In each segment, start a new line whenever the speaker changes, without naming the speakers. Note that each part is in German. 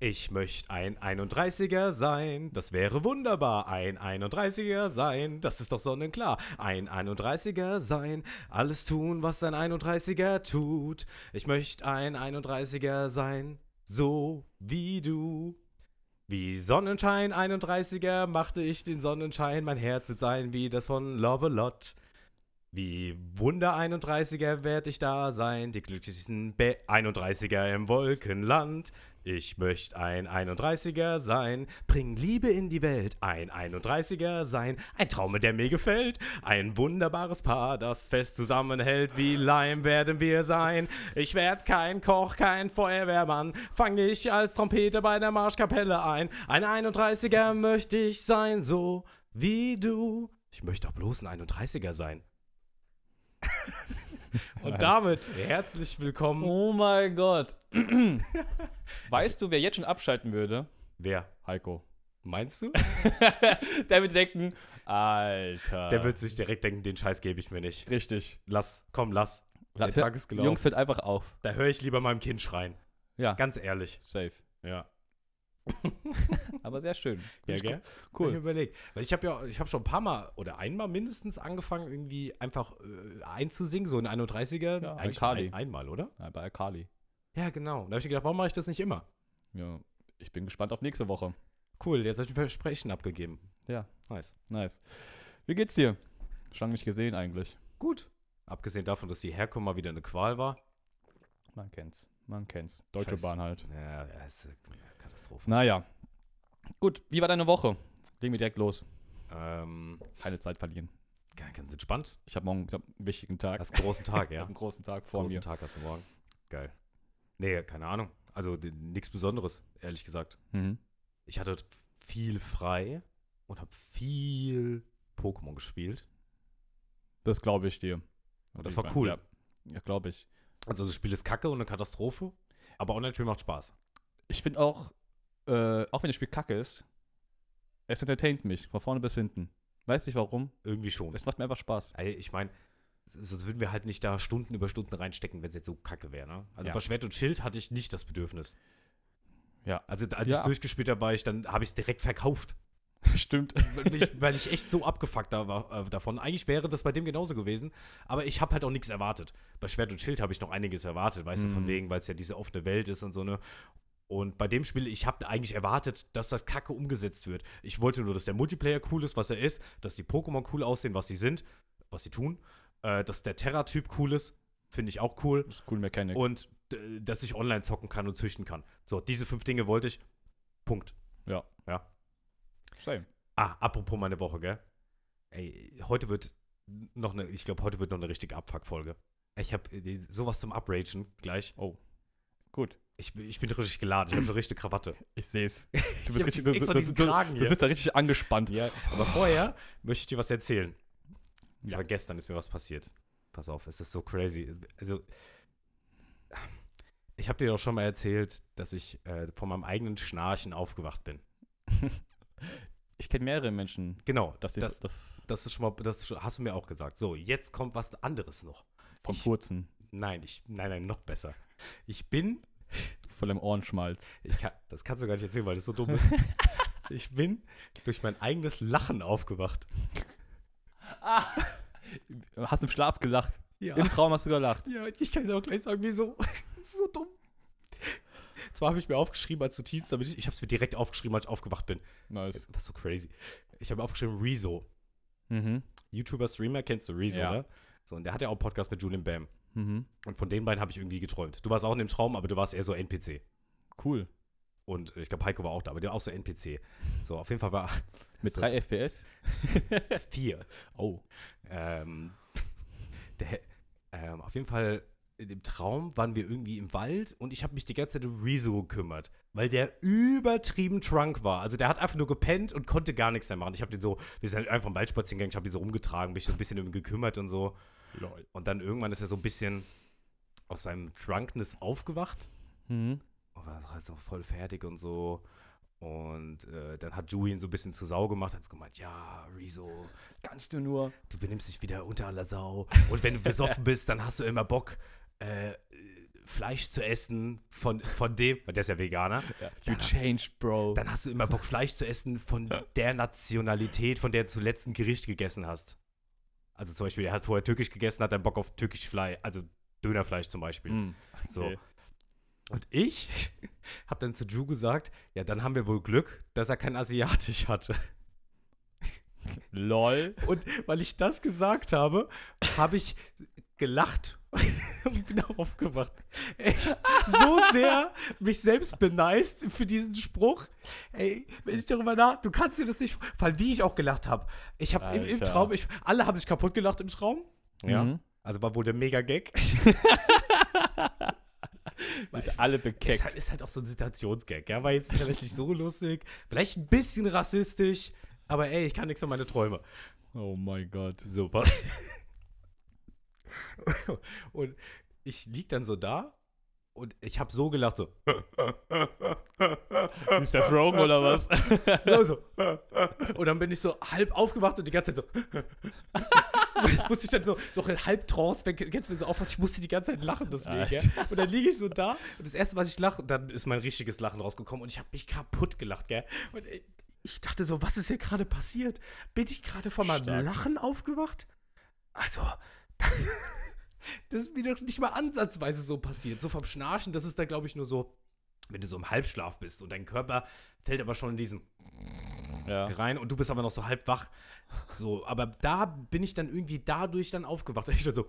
Ich möchte ein 31er sein, das wäre wunderbar. Ein 31er sein, das ist doch sonnenklar. Ein 31er sein, alles tun, was ein 31er tut. Ich möchte ein 31er sein, so wie du. Wie Sonnenschein 31er machte ich den Sonnenschein, mein Herz wird sein wie das von Lovelot. Wie Wunder 31er werd ich da sein, die glücklichsten Be 31er im Wolkenland. Ich möchte ein 31er sein, bring Liebe in die Welt. Ein 31er sein, ein Traum, der mir gefällt. Ein wunderbares Paar, das fest zusammenhält. Wie Leim werden wir sein. Ich werd kein Koch, kein Feuerwehrmann. Fang ich als Trompeter bei der Marschkapelle ein. Ein 31er möchte ich sein, so wie du. Ich möchte doch bloß ein 31er sein. Und damit herzlich willkommen.
Oh mein Gott. weißt du, wer jetzt schon abschalten würde?
Wer?
Heiko.
Meinst du?
Der wird denken, Alter.
Der wird sich direkt denken, den Scheiß gebe ich mir nicht.
richtig.
Lass, komm, lass. Der
Hör-
Tag ist gelaufen.
Jungs, hört einfach auf.
Da höre ich lieber meinem Kind schreien.
Ja,
Ganz ehrlich.
safe.
Ja.
Aber sehr schön.
Ja,
Finde ich
gell?
cool.
Ich überlegt. Weil ich habe ja, ich habe schon ein paar Mal oder einmal mindestens angefangen, irgendwie einfach äh, einzusingen, so in 31er.
Ja,
Eigentlich
Alkali.
ein, einmal, oder?
cool. Ja, Bei Akali.
Ja, genau. Und da habe ich gedacht, warum mache ich das nicht immer?
Ja. Ich bin gespannt auf nächste Woche.
Cool, jetzt habe ich ein Versprechen abgegeben.
Ja.
Nice.
Nice. Wie geht's dir? Schon lange nicht gesehen eigentlich.
Gut. Abgesehen davon, dass die Herkunft mal wieder eine Qual war.
Man kennt's. Man kennt's. Deutsche
Scheiße.
Bahn halt.
Ja, das ist eine Katastrophe.
Naja. Gut, wie war deine Woche? Legen wir direkt los.
Ähm,
Keine Zeit verlieren.
ganz, ganz entspannt.
Ich habe morgen glaub, einen wichtigen Tag.
Hast einen großen Tag,
Ich
ja.
hab einen großen Tag vor
großen
mir.
Tag hast du morgen. Geil. Nee, keine Ahnung. Also nichts Besonderes, ehrlich gesagt.
Mhm.
Ich hatte viel frei und habe viel Pokémon gespielt.
Das glaube ich dir.
Und das
Ich
war
mein,
cool.
Ja, ja glaube ich.
Also das Spiel ist kacke und eine Katastrophe, aber Online-Spiel macht Spaß.
Ich finde auch, äh, auch wenn das Spiel kacke ist, es entertaint mich, von vorne bis hinten. Weiß nicht warum,
Irgendwie schon.
es macht mir einfach Spaß.
Ey, Ich meine, sonst würden wir halt nicht da Stunden über Stunden reinstecken, wenn es jetzt so kacke wäre. Ne? Also
Ja.
bei Schwert und Schild hatte ich nicht das Bedürfnis.
Ja,
Also als ich
Ja.
es durchgespielt habe, war ich dann habe ich es direkt verkauft,
stimmt.
weil ich, weil ich echt so abgefuckt da war, äh, davon. Eigentlich wäre das bei dem genauso gewesen, aber ich habe halt auch nichts erwartet. Bei Schwert und Schild habe ich noch einiges erwartet, weißt du, von
Mhm.
wegen, weil es ja diese offene Welt ist und so ne. Und bei dem Spiel, ich habe eigentlich erwartet, dass das Kacke umgesetzt wird. Ich wollte nur, dass der Multiplayer cool ist, was er ist, dass die Pokémon cool aussehen, was sie sind, was sie tun, äh, dass der Terra-Typ cool ist, finde ich auch cool
Das ist cool Mechanic.
und d- dass ich online zocken kann und züchten kann. So, diese fünf Dinge wollte ich. Punkt.
Ja.
Ja.
Same.
Ah, apropos meine Woche, gell? Ey, heute wird noch eine, ich glaube, heute wird noch eine richtige Abfuck-Folge. Ich habe sowas zum Upragen gleich.
Gut.
Ich, bin- ich bin richtig geladen, ich habe so eine richtige Krawatte.
Ich sehe es. Du
hab jetzt extra diesen Kragen
du,
hier.
du sitzt da richtig angespannt. Ja.
Aber vorher möchte ich dir was erzählen.
Ja.
Ja. Aber gestern ist mir was passiert. Pass auf, es ist so crazy. Also, ich habe dir doch schon mal erzählt, dass ich äh, von meinem eigenen Schnarchen aufgewacht bin.
Ich kenne mehrere Menschen,
Genau,
dass
das,
die
das,
das,
das ist schon mal, das hast du mir auch gesagt. So, jetzt kommt was anderes noch.
vom
Ich-
Furzen,
Nein, ich, nein, nein, noch besser. Ich bin
von dem Ohrenschmalz.
Ich kann, das kannst du gar nicht erzählen, weil das so dumm ist. Ich bin durch mein eigenes Lachen aufgewacht.
Hast im Schlaf gelacht.
Ah. Ja.
Im Traum hast du gelacht.
ja ich kann dir auch gleich sagen, wieso. Das ist so dumm. Zwar habe ich mir aufgeschrieben als Notiz, damit ich, ich habe es mir direkt aufgeschrieben, als ich aufgewacht bin.
Nice.
Das war so crazy. Ich habe mir aufgeschrieben Rezo.
Mhm.
YouTuber, Streamer, kennst du Rezo,
Ja.
ne? So, und der hat ja auch einen Podcast mit Julian Bam.
Mhm.
Und von den beiden habe ich irgendwie geträumt. Du warst auch in dem Traum, aber du warst eher so NPC.
Cool.
Und ich glaube, Heiko war auch da, aber der war auch so NPC. So, auf jeden Fall war
Mit
So.
3 FPS?
vier.
Oh.
Ähm, der, ähm, auf jeden Fall in dem Traum waren wir irgendwie im Wald und ich habe mich die ganze Zeit um Rezo gekümmert, weil der übertrieben drunk war. Also der hat einfach nur gepennt und konnte gar nichts mehr machen. Ich habe den so, wir sind halt einfach im Wald spazieren gegangen, ich habe den so rumgetragen, mich so ein bisschen um ihn gekümmert und so.
Lol.
Und dann irgendwann ist er so ein bisschen aus seinem Drunkness aufgewacht
Mhm.
und war so- halt so voll fertig und so. Und äh, dann hat Julian so ein bisschen zu Sau gemacht, hat so gemeint, ja, Rezo,
Kannst du nur.
du benimmst dich wieder unter aller Sau. Und wenn du besoffen bist, dann hast du immer Bock, äh, Fleisch zu essen von, von dem, weil der ist ja Veganer,
You changed, bro.
dann hast du immer Bock, Fleisch zu essen von der Nationalität, von der du zuletzt ein Gericht gegessen hast. Also zum Beispiel, er hat vorher türkisch gegessen, hat dann Bock auf türkisch Fleisch, also Dönerfleisch zum Beispiel.
Mm.
So.
Okay.
Und ich habe dann zu Drew gesagt, ja, dann haben wir wohl Glück, dass er kein Asiatisch hatte.
Lol.
Und weil ich das gesagt habe, habe ich gelacht und bin aufgewacht. Ey, so sehr mich selbst beneist für diesen Spruch. Ey, wenn ich darüber nach, du kannst dir das nicht, vor allem wie ich auch gelacht habe. Ich habe im, im
Alter.
Traum, ich, alle haben sich kaputt gelacht im Traum.
Mhm.
Also war wohl der Mega-Gag.
Ist alle
Ist halt,
bekeckt.
ist halt auch so ein Situationsgag, ja? War jetzt vielleicht nicht so lustig, vielleicht ein bisschen rassistisch, aber ey, ich kann nichts für meine Träume.
Oh mein Gott.
Super. und ich lieg dann so da und ich hab so gelacht, so.
Ist der Frog oder was?
so, so. Und dann bin ich so halb aufgewacht und die ganze Zeit so. Ich musste ich dann so noch in halb Trance, wenn jetzt bin ich so aufwacht, ich musste die ganze Zeit lachen deswegen. Ja. Und dann liege ich so da und das erste, was ich lache, dann ist mein richtiges Lachen rausgekommen und ich habe mich kaputt gelacht, gell? Und äh, ich dachte so, was ist hier gerade passiert? Bin ich gerade von meinem
Stark.
Lachen aufgewacht? Also, das ist mir doch nicht mal ansatzweise so passiert. So vom Schnarchen, das ist da, glaube ich, nur so, wenn du so im Halbschlaf bist und dein Körper fällt aber schon in diesen
ja.
rein und du bist aber noch so halb wach. So, aber da bin ich dann irgendwie dadurch dann aufgewacht. Und ich dann so.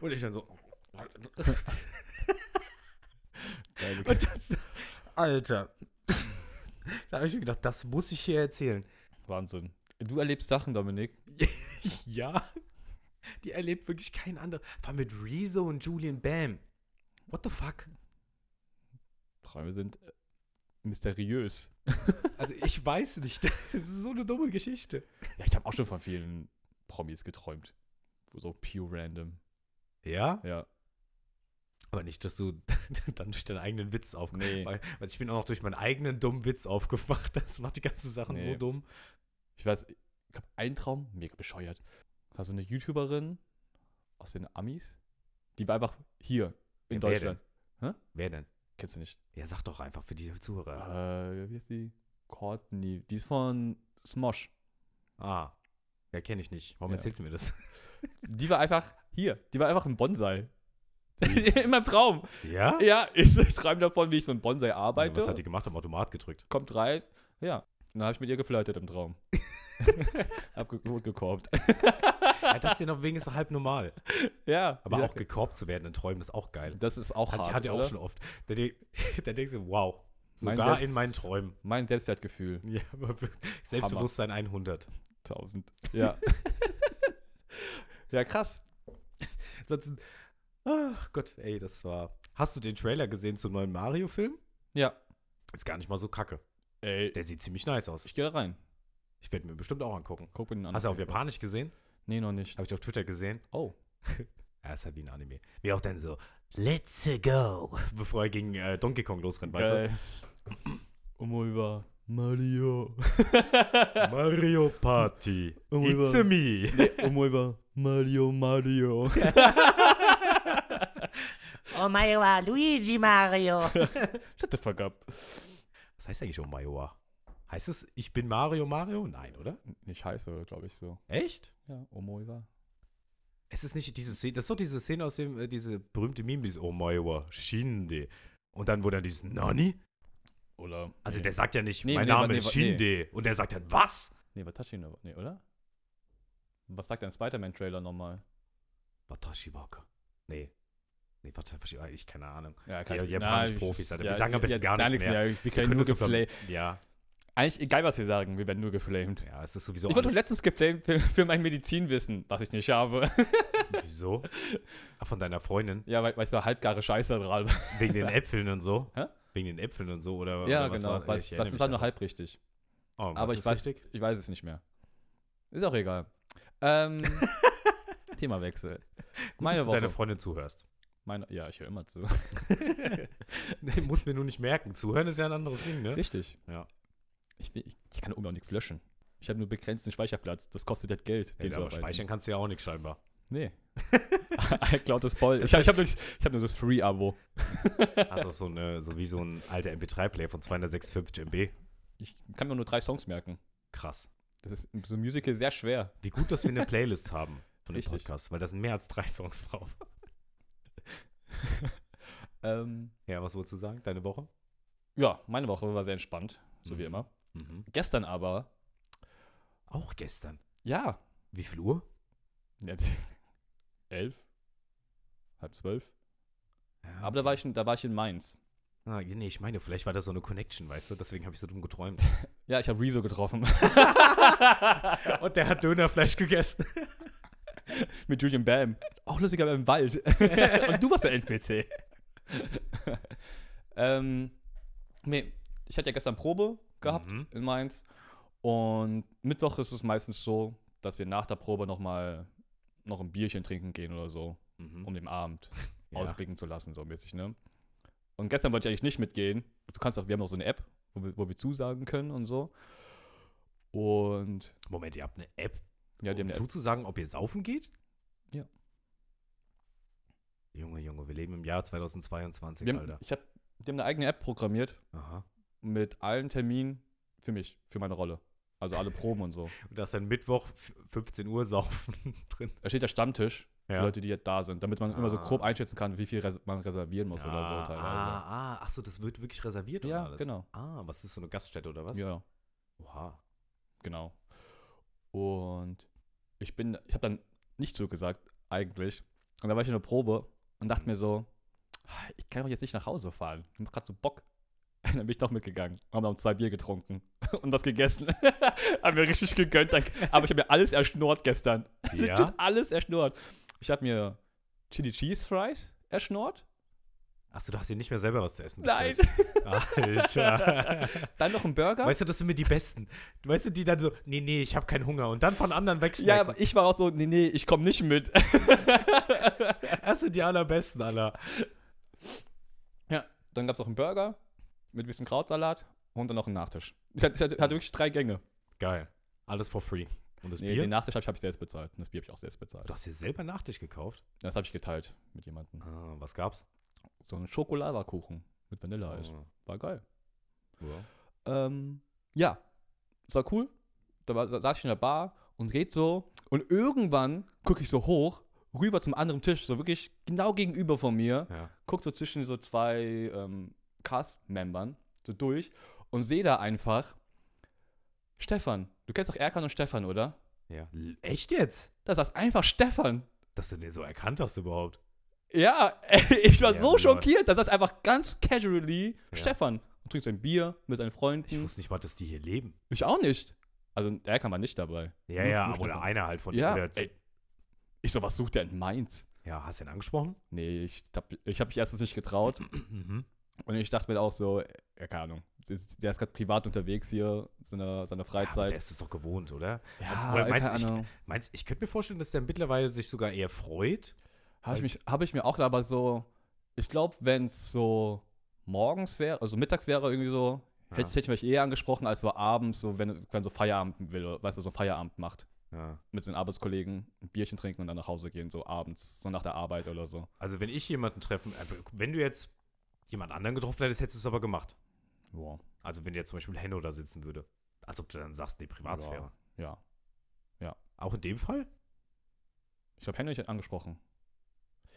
Und ich dann so. Und das, Alter. Da habe ich mir gedacht, das muss ich hier erzählen.
Wahnsinn. Du erlebst Sachen, Dominik.
Ja. Die erlebt wirklich kein anderer. War mit Rezo und Julian Bam. What the fuck?
Träume sind äh, mysteriös.
Also ich weiß nicht. Das ist so eine dumme Geschichte.
Ja, ich habe auch schon von vielen Promis geträumt. So pure random.
Ja?
Ja.
Aber nicht, dass du dann durch deinen eigenen Witz aufkommst.
Nee.
Weil, weil ich bin auch noch durch meinen eigenen dummen Witz aufgewacht. Das macht die ganzen Sachen so
Nee.
dumm.
Ich weiß, ich habe einen Traum, mega bescheuert. War so eine YouTuberin aus den Amis. Die war einfach hier in
Ja, wer
Deutschland.
Wer denn?
Kennst du nicht?
Ja, sag doch einfach für die Zuhörer.
Äh, wie heißt die? Courtney. Die ist von Smosh.
Ah. Ja, kenne ich nicht. Warum
Ja.
erzählst du mir das?
Die war einfach hier. Die war einfach ein Bonsai. in meinem Traum.
Ja?
Ja, ich träume davon, wie ich so ein Bonsai arbeite.
Was hat die gemacht? Am Automat gedrückt.
kommt rein. Ja. Dann habe ich mit ihr geflirtet im Traum. hab ge gut gekorbt.
Ja, das ist ja noch wenigstens halb normal.
ja.
Aber
ja,
auch gekorbt zu werden in Träumen ist auch geil.
Das ist auch
Hat,
hart.
hat ja auch
oder?
schon oft. Da, denk- da denkst du, wow.
Mein
Sogar
Selbst-
in meinen Träumen.
Mein Selbstwertgefühl.
Ja, aber wirklich. Selbstbewusstsein 100.
1000. Ja. ja, krass.
Ansonsten, ach Gott, ey, das war. Hast du den Trailer gesehen zum neuen Mario-Film?
Ja.
Ist gar nicht mal so kacke.
Ey.
Der sieht ziemlich nice aus.
Ich gehe da rein.
Ich werde mir bestimmt auch angucken.
Guck ihn an.
Hast du auf Japanisch gesehen?
Nee, noch nicht.
Habe ich auf Twitter gesehen.
Oh.
Ja, ist halt wie ein Anime. Wie auch dann so, let's go, bevor er gegen äh, Donkey Kong losrennt, weißt
Geil. Omoiwa. Mario.
du? Mario Party,
Oh mein
it's
Gott.
me.
Nee, Omoiwa. Mario, Mario.
Omaewa Oh, Luigi Mario.
Shut the fuck up.
Was heißt eigentlich Omaioa? Heißt es, ich bin Mario Mario? Nein, oder?
Nicht heiße, glaube ich so.
Echt?
Ja, Omoiwa.
Es ist nicht diese Szene, das ist doch diese Szene aus dem, äh, diese berühmte Meme, dieses Omaioa, Shinde. Und dann, wo dann dieses Nani?
Oder.
Also
nee.
der sagt ja nicht,
Nee,
mein
nee,
Name
nee,
ist
nee.
Shinde. Und der sagt dann, was?
Nee, Watashi no Nee, oder? Was sagt dein Spider-Man-Trailer nochmal?
Watashi Waka. Nee. Nee, Watashi, ich keine Ahnung.
Ja,
Die Japanisch-Profis, Alter. Wir sagen am besten gar nichts mehr.
Wir können nur
so ver-
geflamed.
Ja,
Eigentlich, egal was wir sagen, wir werden nur geflamed.
ja, es ist sowieso
ich wurde
alles-
letztens geflamed für, für mein Medizinwissen, was ich nicht habe.
Wieso? Ach, von deiner Freundin?
ja, weil, weil ich so halbgare Scheiße halt da dran war.
Wegen den Äpfeln und so?
Hä?
Wegen den Äpfeln und so? Oder,
Ja,
oder was
genau.
War,
Was,
Ich erinnere
das
mich
war nur
daran.
halb richtig.
Oh, was
Aber ich
ist
weiß,
richtig?
ich weiß es nicht mehr. Ist auch egal. Ähm, Themawechsel.
Gut, dass
Meine
du deiner
Woche.
Freundin zuhörst.
Meine, ja, ich höre immer zu.
Nee, muss mir nur nicht merken. Zuhören ist ja ein anderes Ding, ne?
Richtig.
Ja.
Ich, will- ich, ich kann oben auch nichts löschen. Ich habe nur begrenzten Speicherplatz. Das kostet halt Geld.
Den
zu
aber
arbeiten.
speichern kannst du ja auch nicht scheinbar.
Nee. iCloud ist voll. Ich, ich habe ich hab nur das Free-Abo.
Also so, eine, so wie so ein alter MP3-Player von 256 MB.
Ich kann mir nur drei Songs merken.
Krass.
Das ist so ein Musical sehr schwer.
Wie gut, dass wir eine Playlist haben von dem
Richtig.
Podcast, weil da sind mehr als drei Songs drauf.
Ähm,
Ja, was wolltest du sagen? Deine Woche?
ja, meine Woche war sehr entspannt, so wie
Mhm.
immer. Gestern aber,
Auch gestern.
ja.
Wie viel Uhr?
ja, elf, halb zwölf. Aber da war, ich, in- da war ich in Mainz.
Ah, nee, ich meine, vielleicht war das so eine Connection, weißt du? Deswegen habe ich so dumm geträumt.
Ja, ich habe Rezo getroffen.
Und der hat Dönerfleisch gegessen.
Mit Julian Bam. Auch lustiger im Wald. Und du warst der NPC. ähm, nee, ich hatte ja gestern Probe gehabt
Mhm.
in Mainz. Und Mittwoch ist es meistens so, dass wir nach der Probe nochmal noch ein Bierchen trinken gehen oder so,
Mhm.
um den Abend
Ja.
ausblicken zu lassen, so mäßig, ne? Und gestern wollte ich eigentlich nicht mitgehen. Du kannst auch, wir haben auch so eine App, wo wir, wo wir zusagen können und so. Und
Moment, ihr habt eine App,
ja, die haben
um
eine App.
zuzusagen, ob ihr saufen geht?
Ja.
Junge, Junge, wir leben im Jahr 2022,
Wir haben,
Alter.
ich hab, die haben eine eigene App programmiert,
Aha.
mit allen Terminen für mich, für meine Rolle. Also alle Proben und so.
Und da ist dann Mittwoch f- 15 Uhr saufen drin.
Da steht der Stammtisch
Ja.
für Leute, die jetzt da sind, damit man immer so
Ah.
grob einschätzen kann, wie viel res man reservieren muss oder
Ah,
so teilweise.
Ah, ah, ach so, das wird wirklich reserviert und
Ja,
alles.
genau.
Ah, was ist so eine Gaststätte oder was?
Ja,
Oha.
genau. Und ich bin, ich habe dann nicht zugesagt, eigentlich. Und da war ich in der Probe und dachte mir so, "Ah, ich kann doch jetzt nicht nach Hause fahren. Ich hab grad so Bock. Und dann bin ich doch mitgegangen. Haben dann zwei Bier getrunken und was gegessen. haben mir richtig gegönnt. Aber ich habe mir alles erschnort gestern. Legit
Ja?
alles erschnurrt. Ich habe mir Chili Cheese Fries erschnurrt.
Ach so, du hast dir nicht mehr selber was zu essen
Nein.
bestellt. Alter.
Dann noch ein Burger.
Weißt du, das sind mir die Besten. Weißt du, die dann so, nee, nee, ich habe keinen Hunger. Und dann von anderen wechseln.
ja, aber ich war auch so, nee, nee, ich komme nicht mit.
das sind die allerbesten, aller.
ja, dann gab es noch einen Burger mit ein bisschen Krautsalat und dann noch einen Nachtisch. Ich hatte, ich hatte hatte wirklich drei Gänge.
Geil. Alles for free. Und das
Nee,
Bier?
den Nachtisch habe ich, hab ich selbst bezahlt. Und das Bier habe ich auch selbst bezahlt.
du hast dir selber Nachtisch gekauft?
Das habe ich geteilt mit jemandem.
Ah, was gab's?
So einen Schokoladerkuchen mit Vanilleeis.
Ah,
War geil.
ja.
Ähm, ja, es war cool. Da, war, da saß ich in der Bar und red so. Und irgendwann gucke ich so hoch, rüber zum anderen Tisch, so wirklich genau gegenüber von mir.
Ja.
Guck so zwischen so zwei ähm, Cast-Membern so durch und sehe da einfach Stefan. Du kennst doch Erkan und Stefan, oder?
ja. L- Echt jetzt?
Da saß einfach Stefan.
Dass du den so erkannt hast überhaupt.
Ja, ich war
Ja,
so
Lord.
schockiert. Da saß einfach ganz casually Stefan und trinkt sein Bier mit seinen Freunden.
Ich wusste nicht mal, dass die hier leben.
Ich auch nicht. Also, Erkan war nicht dabei.
Ja,
Nur-
ja,
nur
aber
Stefan.
oder einer halt von
Ja,
oder-
ey. Ich so, was sucht der in Mainz?
ja, hast du ihn angesprochen?
Nee, ich hab, ich hab mich erstens nicht getraut.
mhm.
Und ich dachte mir auch so, ja, keine Ahnung. Der ist der ist gerade privat unterwegs hier, seiner seine
Ja, aber
Freizeit.
der ist es doch gewohnt, oder?
Ja,
Oder meinst
keine
du, ich-
Ahnung.
Meinst ich könnte mir vorstellen, dass der mittlerweile sich sogar eher freut.
Habe ich, mich- hab ich mir auch aber so, ich glaube, wenn es so morgens wäre, also mittags wäre irgendwie so, hätte,
Ja.
hätte ich mich eher angesprochen, als so abends, so wenn, wenn so Feierabend will, oder, weißt du, so Feierabend macht.
Ja.
Mit den Arbeitskollegen ein Bierchen trinken und dann nach Hause gehen, so abends, so nach der Arbeit oder so.
Also, wenn ich jemanden treffen, äh, wenn du jetzt jemand anderen getroffen hättest, hättest du es aber gemacht.
Boah.
Also, wenn jetzt zum Beispiel Henno da sitzen würde. Als ob du dann sagst, nee, Privatsphäre.
Ja.
Auch in dem Fall?
Ich habe Henry nicht angesprochen.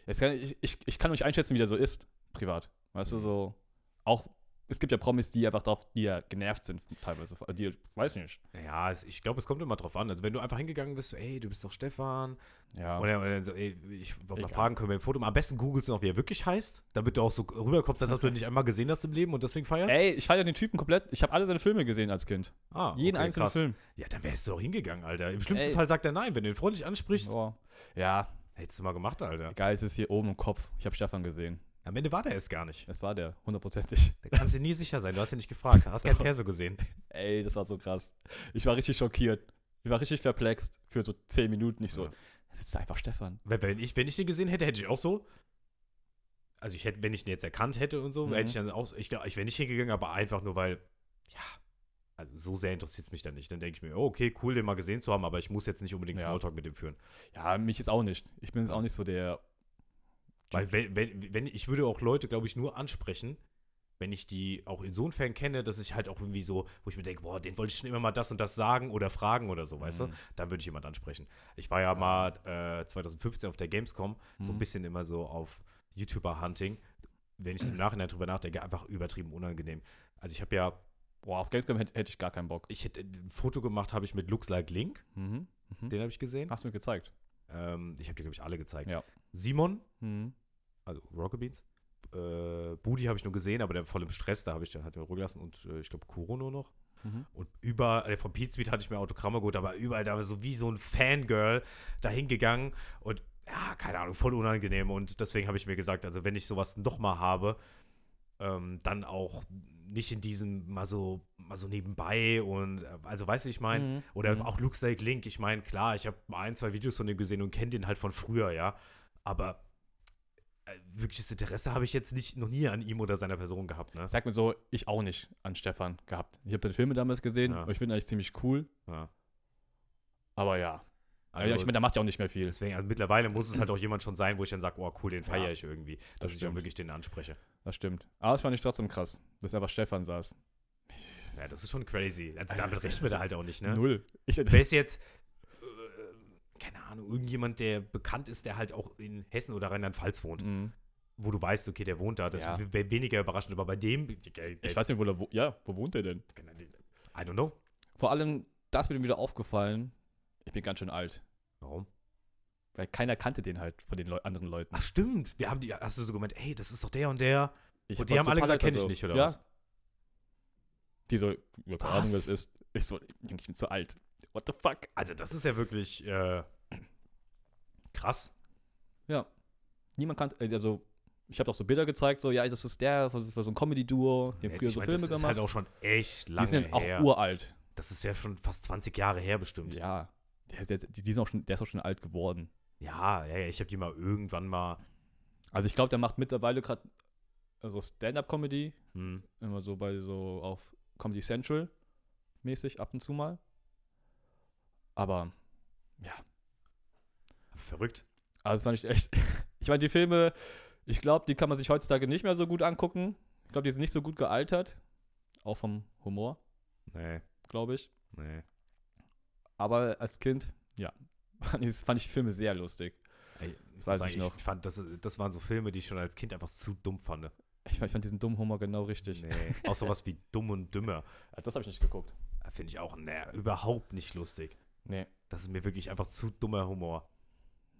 Jetzt kann ich, ich, ich kann nicht einschätzen, wie der so ist, privat. Weißt du,
Mhm.
so auch, es gibt ja Promis, die einfach drauf, die ja genervt sind teilweise. Also Die, weiß nicht.
Ja, es, ich glaube, es kommt immer drauf an. Also, wenn du einfach hingegangen bist, so, ey, du bist doch Stefan.
Ja.
Oder, oder so, ey, ich wollte mal
Egal.
fragen, können wir ein Foto machen? Am besten googelst du noch, wie er wirklich heißt, damit du auch so rüberkommst, als ob du ihn nicht einmal gesehen hast im Leben und deswegen feierst.
Ey, ich feiere den Typen komplett. Ich habe alle seine Filme gesehen als Kind.
Ah,
Jeden
okay,
einzelnen
krass.
Film.
Ja, dann wärst du auch hingegangen, Alter. Im schlimmsten
Ey.
Fall sagt er nein. Wenn du ihn freundlich ansprichst,
Oh. Ja,
hättest du mal gemacht, Alter.
egal, es ist hier oben im Kopf. Ich habe Stefan gesehen.
Am Ende war der es gar nicht.
Das war der, hundertprozentig.
Da kannst du nie sicher sein. Du hast ihn nicht gefragt. Hast kein
Doch.
Perso gesehen.
Ey, das war so krass. Ich war richtig schockiert. Ich war richtig verplext für so zehn Minuten. Ich so,
Ja.
das ist einfach Stefan.
Weil wenn ich, wenn ich den gesehen hätte, hätte ich auch so. Also ich hätte, wenn ich den jetzt erkannt hätte und so,
Mhm.
hätte ich dann auch. so- Ich, glaub, ich wäre nicht hingegangen, aber einfach nur, weil, ja. also so sehr interessiert es mich dann nicht. Dann denke ich mir, oh, okay, cool, den mal gesehen zu haben, aber ich muss jetzt nicht unbedingt
Ja.
Smalltalk mit dem führen.
Ja, mich jetzt auch nicht. Ich bin jetzt auch nicht so der.
Weil wenn, wenn, wenn ich würde auch Leute, glaube ich, nur ansprechen, wenn ich die auch insofern kenne, dass ich halt auch irgendwie so, wo ich mir denke, boah, den wollte ich schon immer mal das und das sagen oder fragen oder so, weißt du?
Mhm.
Dann würde ich jemand ansprechen. Ich war ja mal äh, 2015 auf der Gamescom, so ein
Mhm.
bisschen immer so auf YouTuber-Hunting. Wenn ich im Nachhinein drüber nachdenke, einfach übertrieben unangenehm. Also ich habe ja,
Boah, auf Gamescom hätte, hätte ich gar keinen Bock.
ich hätte ein Foto gemacht, habe ich mit Looks Like Link,
Mhm. Mhm.
den habe ich gesehen.
Hast du mir gezeigt.
Ähm, ich habe die, glaube ich, alle gezeigt.
Ja.
Simon,
Mhm.
also Rocket Beans. Äh, Budi habe ich nur gesehen, aber der voll im Stress, da habe ich dann halt in Ruhe gelassen und äh, ich glaube Kurono noch.
Mhm.
Und überall, äh, von Pete Speed hatte ich mir Autogramme geholt, aber überall, da war so wie so ein Fangirl da hingegangen und ja, keine Ahnung, voll unangenehm und deswegen habe ich mir gesagt, also wenn ich sowas nochmal habe, ähm, dann auch nicht in diesem mal so, mal so nebenbei und äh, also weißt du, wie ich meine?
Mhm.
Oder
Mhm.
auch Looks Like Link. Ich meine, klar, ich habe ein, zwei Videos von dem gesehen und kenne den halt von früher, ja. Aber äh, wirkliches Interesse habe ich jetzt nicht, noch nie an ihm oder seiner Person gehabt, ne?
Sag mir so, ich auch nicht an Stefan gehabt. Ich habe den Filme damals gesehen
Ja.
und ich finde ihn eigentlich ziemlich cool.
Ja.
Aber ja.
Also,
ja ich meine, der macht ja auch nicht mehr viel.
deswegen, also mittlerweile muss es halt auch jemand schon sein, wo ich dann sage, oh cool, den feiere
Ja,
ich irgendwie. Dass ich auch
stimmt.
wirklich den anspreche.
Das stimmt. Aber das fand ich trotzdem krass, dass einfach Stefan saß.
Ja, das ist schon crazy. Also damit rechnen wir da halt auch nicht, ne?
Null. Ich,
Wer ist jetzt, äh, keine Ahnung, irgendjemand, der bekannt ist, der halt auch in Hessen oder Rheinland-Pfalz wohnt,
Mhm.
wo du weißt, okay, der wohnt da. Das
Ja.
wäre weniger überraschend, aber bei dem, der,
ich weiß nicht, wo er wo, ja, wo wohnt er denn?
Genau, I don't know.
Vor allem, das wird mir wieder aufgefallen, ich bin ganz schön alt.
Warum?
Weil keiner kannte den halt von den Leu anderen Leuten.
Ach stimmt, wir haben die, hast du so gemeint, ey, das ist doch der und der.
Ich
Und Oh, die
hab
haben
so
alle
ein paar
gesagt,
Leute
kenn ich
so,
nicht, oder
ja.
was?
Die so, ja, keine Ahnung,
Was?
was ist. Ich so, Junge, ich bin zu alt. What the fuck?
Also das ist ja wirklich äh, krass.
Niemand kannte, äh, also, ich habe auch so Bilder gezeigt, so, ja, das ist der, das ist so ein Comedy-Duo, die haben
Ja,
früher
ich
so
mein,
Filme
das
gemacht.
ist halt auch schon echt lange
die sind
her.
auch uralt.
das ist ja schon fast 20 Jahre her bestimmt. Ja,
Ja. Der, der, die, die sind auch schon, der ist auch schon alt geworden.
ja, ja, ich habe die mal irgendwann mal.
Also, ich glaube, der macht mittlerweile gerade so Stand-Up-Comedy,
Hm,
immer so bei so auf Comedy Central mäßig ab und zu mal. Aber
verrückt.
also das fand ich echt. Ich meine, die Filme, ich glaube, die kann man sich heutzutage nicht mehr so gut angucken. Ich glaube, die sind nicht so gut gealtert. Auch vom Humor,
Nee,
glaube ich.
nee.
Aber als Kind, ja, fand ich, fand ich Filme sehr lustig.
Ey,
Das weiß
muss
ich noch.
Ich fand, das, das waren so Filme, die ich schon als Kind einfach zu dumm fand.
Ich, fand- ich fand diesen dummen Humor genau richtig.
Nee. Auch sowas wie Dumm und Dümmer.
Also das habe ich nicht geguckt.
Finde ich auch nee, überhaupt nicht lustig.
Nee.
Das ist mir wirklich einfach zu dummer Humor.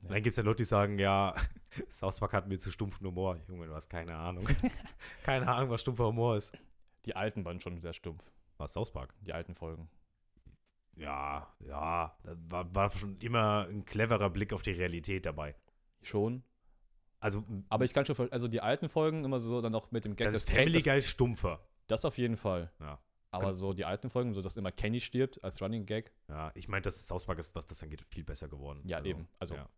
Ja.
Dann gibt es ja Leute, die sagen, ja, South Park hat mir zu stumpfen Humor. Junge, du hast keine Ahnung. keine Ahnung, was stumpfer Humor ist.
Die alten waren schon sehr stumpf.
Was, South Park?
Die alten Folgen.
Ja, ja, da war, war schon immer ein cleverer Blick auf die Realität dabei.
Schon.
Also,
Aber ich kann schon, ver- also die alten Folgen immer so dann noch mit dem Gag
das ist
Ken-
Family Guy stumpfer.
Das auf jeden Fall.
Ja. Genau.
Aber so die alten Folgen, so dass immer Kenny stirbt als Running Gag.
Ja, ich meine, das South Park ist, was das angeht, viel besser geworden.
Ja,
Also,
eben. Also,
ja.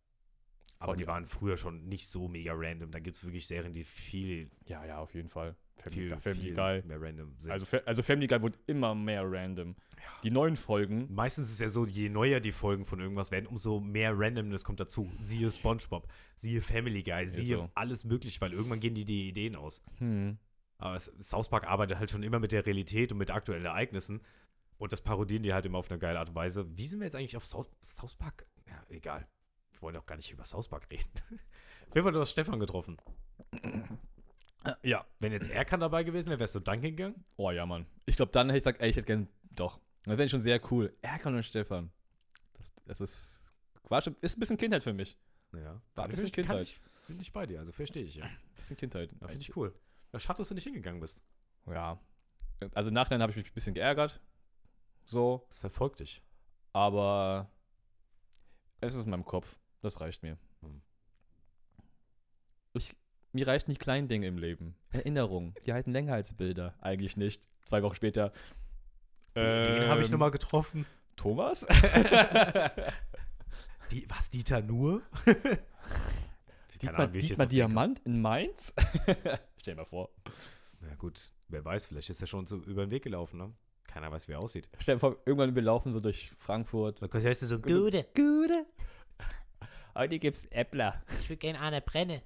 Aber
von-
die waren früher schon nicht so mega random. Da gibt es wirklich Serien, die viel,
ja, ja, auf jeden Fall. Family,
viel,
Guy- Family
viel
Guy.
mehr random sind.
Also, Fa- also Family Guy wurde immer mehr random. Die neuen Folgen,
Meistens ist ja so, je neuer die Folgen von irgendwas werden, umso mehr Randomness kommt dazu. Siehe SpongeBob, siehe Family Guy, siehe
so.
alles möglich, weil irgendwann gehen die die Ideen aus.
hm,
Aber es, South Park arbeitet halt schon immer mit der Realität und mit aktuellen Ereignissen. Und das parodieren die halt immer auf eine geile Art und Weise. Wie sind wir jetzt eigentlich auf South, South Park? Ja, egal. Wir wollen doch gar nicht über South Park reden. Auf jeden Fall, du hast Stefan getroffen.
äh, ja.
Wenn jetzt Erkan dabei gewesen wäre, wärst du dann hingegangen?
Oh ja, Mann. Ich glaube, dann hätte ich gesagt, ey, ich hätte gern, doch. Das wäre schon sehr cool. Erkan und Stefan. Das, das ist, war schon, ist ein bisschen Kindheit für mich.
Ja.
War ein bisschen
kann
Kindheit.
ich, bin ich bei dir, also verstehe ich, ja.
Ein bisschen Kindheit.
ja Finde ich cool. Ja, Schade, dass du nicht hingegangen bist.
Ja. Also im Nachhinein habe ich mich ein bisschen geärgert. So,
Das verfolgt dich.
Aber es ist in meinem Kopf. Das reicht mir.
Hm.
Ich, mir reichen die kleinen Dinge im Leben. Erinnerungen. Die halten länger als Bilder. Eigentlich nicht. Zwei Wochen später.
Den habe ich
ähm,
nochmal getroffen.
Thomas?
Die, was, Dieter Nur?
Dietmar, Dietmar Diamant in Mainz? Stell dir mal vor.
Na gut, wer weiß, vielleicht ist er schon so über den Weg gelaufen, ne? Keiner weiß, wie er aussieht.
Stell dir vor, irgendwann wir laufen so durch Frankfurt.
Dann hörst du so,
Dude,
Gute. Heute gibt's Äppler.
ich würde gerne eine brennen.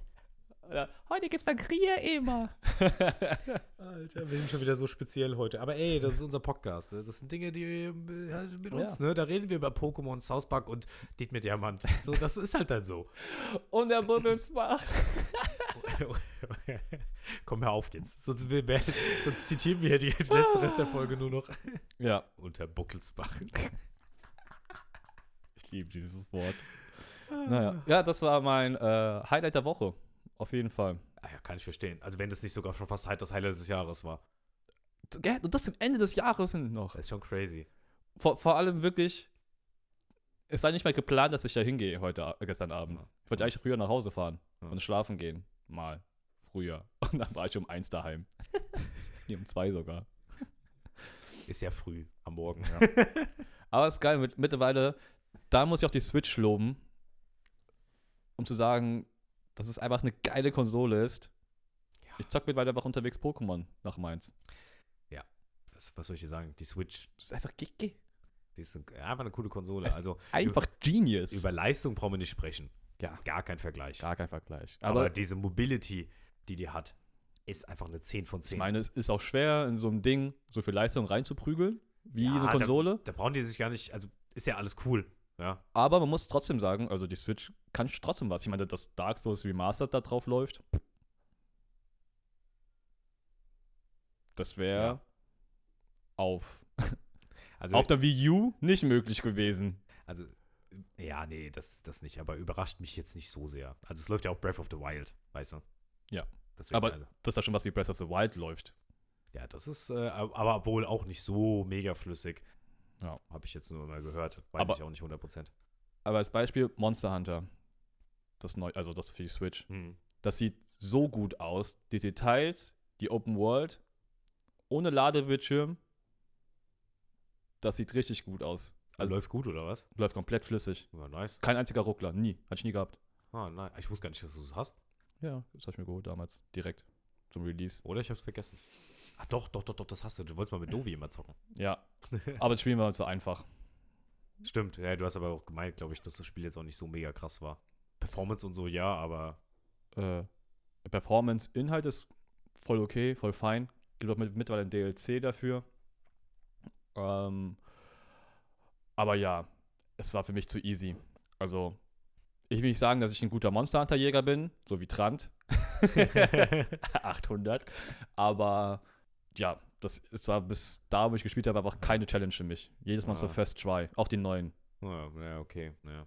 Oder heute gibt's dann Krier immer.
Alter, wir sind schon wieder so speziell heute. Aber ey, das ist unser Podcast. ne? Das sind Dinge, die äh, halt mit
Ja.
uns, ne? Da reden wir über Pokémon, South Park und Dietmar Diamant. So, das ist halt dann so.
Und der Bummelsbach.
Komm, hör auf jetzt. Sonst, wir, werden- sonst zitieren wir die den letzten Rest der Folge nur noch.
Ja,
Unter Buckelsbach.
ich liebe dieses Wort. Naja, ja, das war mein äh, Highlight der Woche. Auf jeden Fall.
Ah ja, kann ich verstehen. Also wenn das nicht sogar schon fast halt das Highlight des Jahres war.
D- gell? Und das zum Ende des Jahres hin noch.
Das ist schon crazy.
Vor, vor allem wirklich, es war nicht mal geplant, dass ich da hingehe heute, a- gestern Abend. Ich wollte eigentlich früher nach Hause fahren
Ja.
und schlafen gehen. Mal. Früher. Und dann war ich um eins daheim. nee, um zwei sogar.
Ist ja früh am Morgen.
Aber ist geil, mit, mittlerweile, da muss ich auch die Switch loben, um zu sagen, dass es einfach eine geile Konsole ist.
Ja.
Ich zock mittlerweile einfach unterwegs Pokémon nach Mainz.
Das, was soll ich dir sagen? Die Switch,
Das ist einfach Gigi.
die ist ein- einfach eine coole Konsole.
Es-
Also
Einfach Genius.
über Leistung brauchen wir nicht sprechen.
Ja.
Gar kein Vergleich.
Gar kein Vergleich.
Aber,
Aber,
diese Mobility, die die hat, ist einfach eine 10 von 10.
ich meine, es ist auch schwer, in so einem Ding so viel Leistung reinzuprügeln, wie
Ja,
eine Konsole.
Da brauchen die sich gar nicht, also ist ja alles cool. Ja,
Aber man muss trotzdem sagen, also die Switch kann trotzdem was. Ich meine, dass Dark Souls Remastered da drauf läuft. Das wäre
Ja.
auf,
also,
auf der Wii U nicht möglich gewesen.
also ja, nee, das, das nicht. Aber überrascht mich jetzt nicht so sehr. Also es läuft ja auch Breath of the Wild, weißt du?
Ja.
Deswegen,
Aber-
also,
Dass da schon was wie Breath of the Wild läuft.
ja, das ist äh, aber wohl auch nicht so mega flüssig.
Ja.
Habe ich jetzt nur mal gehört. Weiß
Aber-
ich auch nicht 100%.
Aber als Beispiel Monster Hunter. Das neu, also das für die Switch.
Hm.
Das sieht so gut aus. Die Details, die Open World, ohne Ladebildschirm. Das sieht richtig gut aus.
Also,
Also-
läuft gut, oder was?
Läuft komplett flüssig.
Ja, nice.
Kein einziger Ruckler, nie. Hatte ich nie gehabt.
Ah, nein. Ich wusste gar nicht, dass du es hast.
Ja, das habe ich mir geholt damals. Direkt zum Release.
Oder ich hab's vergessen. Ach doch, doch, doch, doch, das hast du. Du wolltest mal mit Dovi immer zocken.
Ja. Aber das Spiel war zu einfach.
Stimmt. Ja, du hast aber auch gemeint, glaube ich, dass das Spiel jetzt auch nicht so mega krass war. Performance und so, ja, aber
Äh, Performance, Inhalt ist voll okay, voll fein. Gibt auch mit, mittlerweile ein DLC dafür. Ähm, aber ja, es war für mich zu easy. Also, ich will nicht sagen, dass ich ein guter Monster Hunter Jäger bin, so wie Trant. 800. Aber ja, das ist da bis da, wo ich gespielt habe, einfach keine Challenge für mich. Jedes Mal so
Ah.
First Try, auch den neuen.
ja, ja okay. Ja.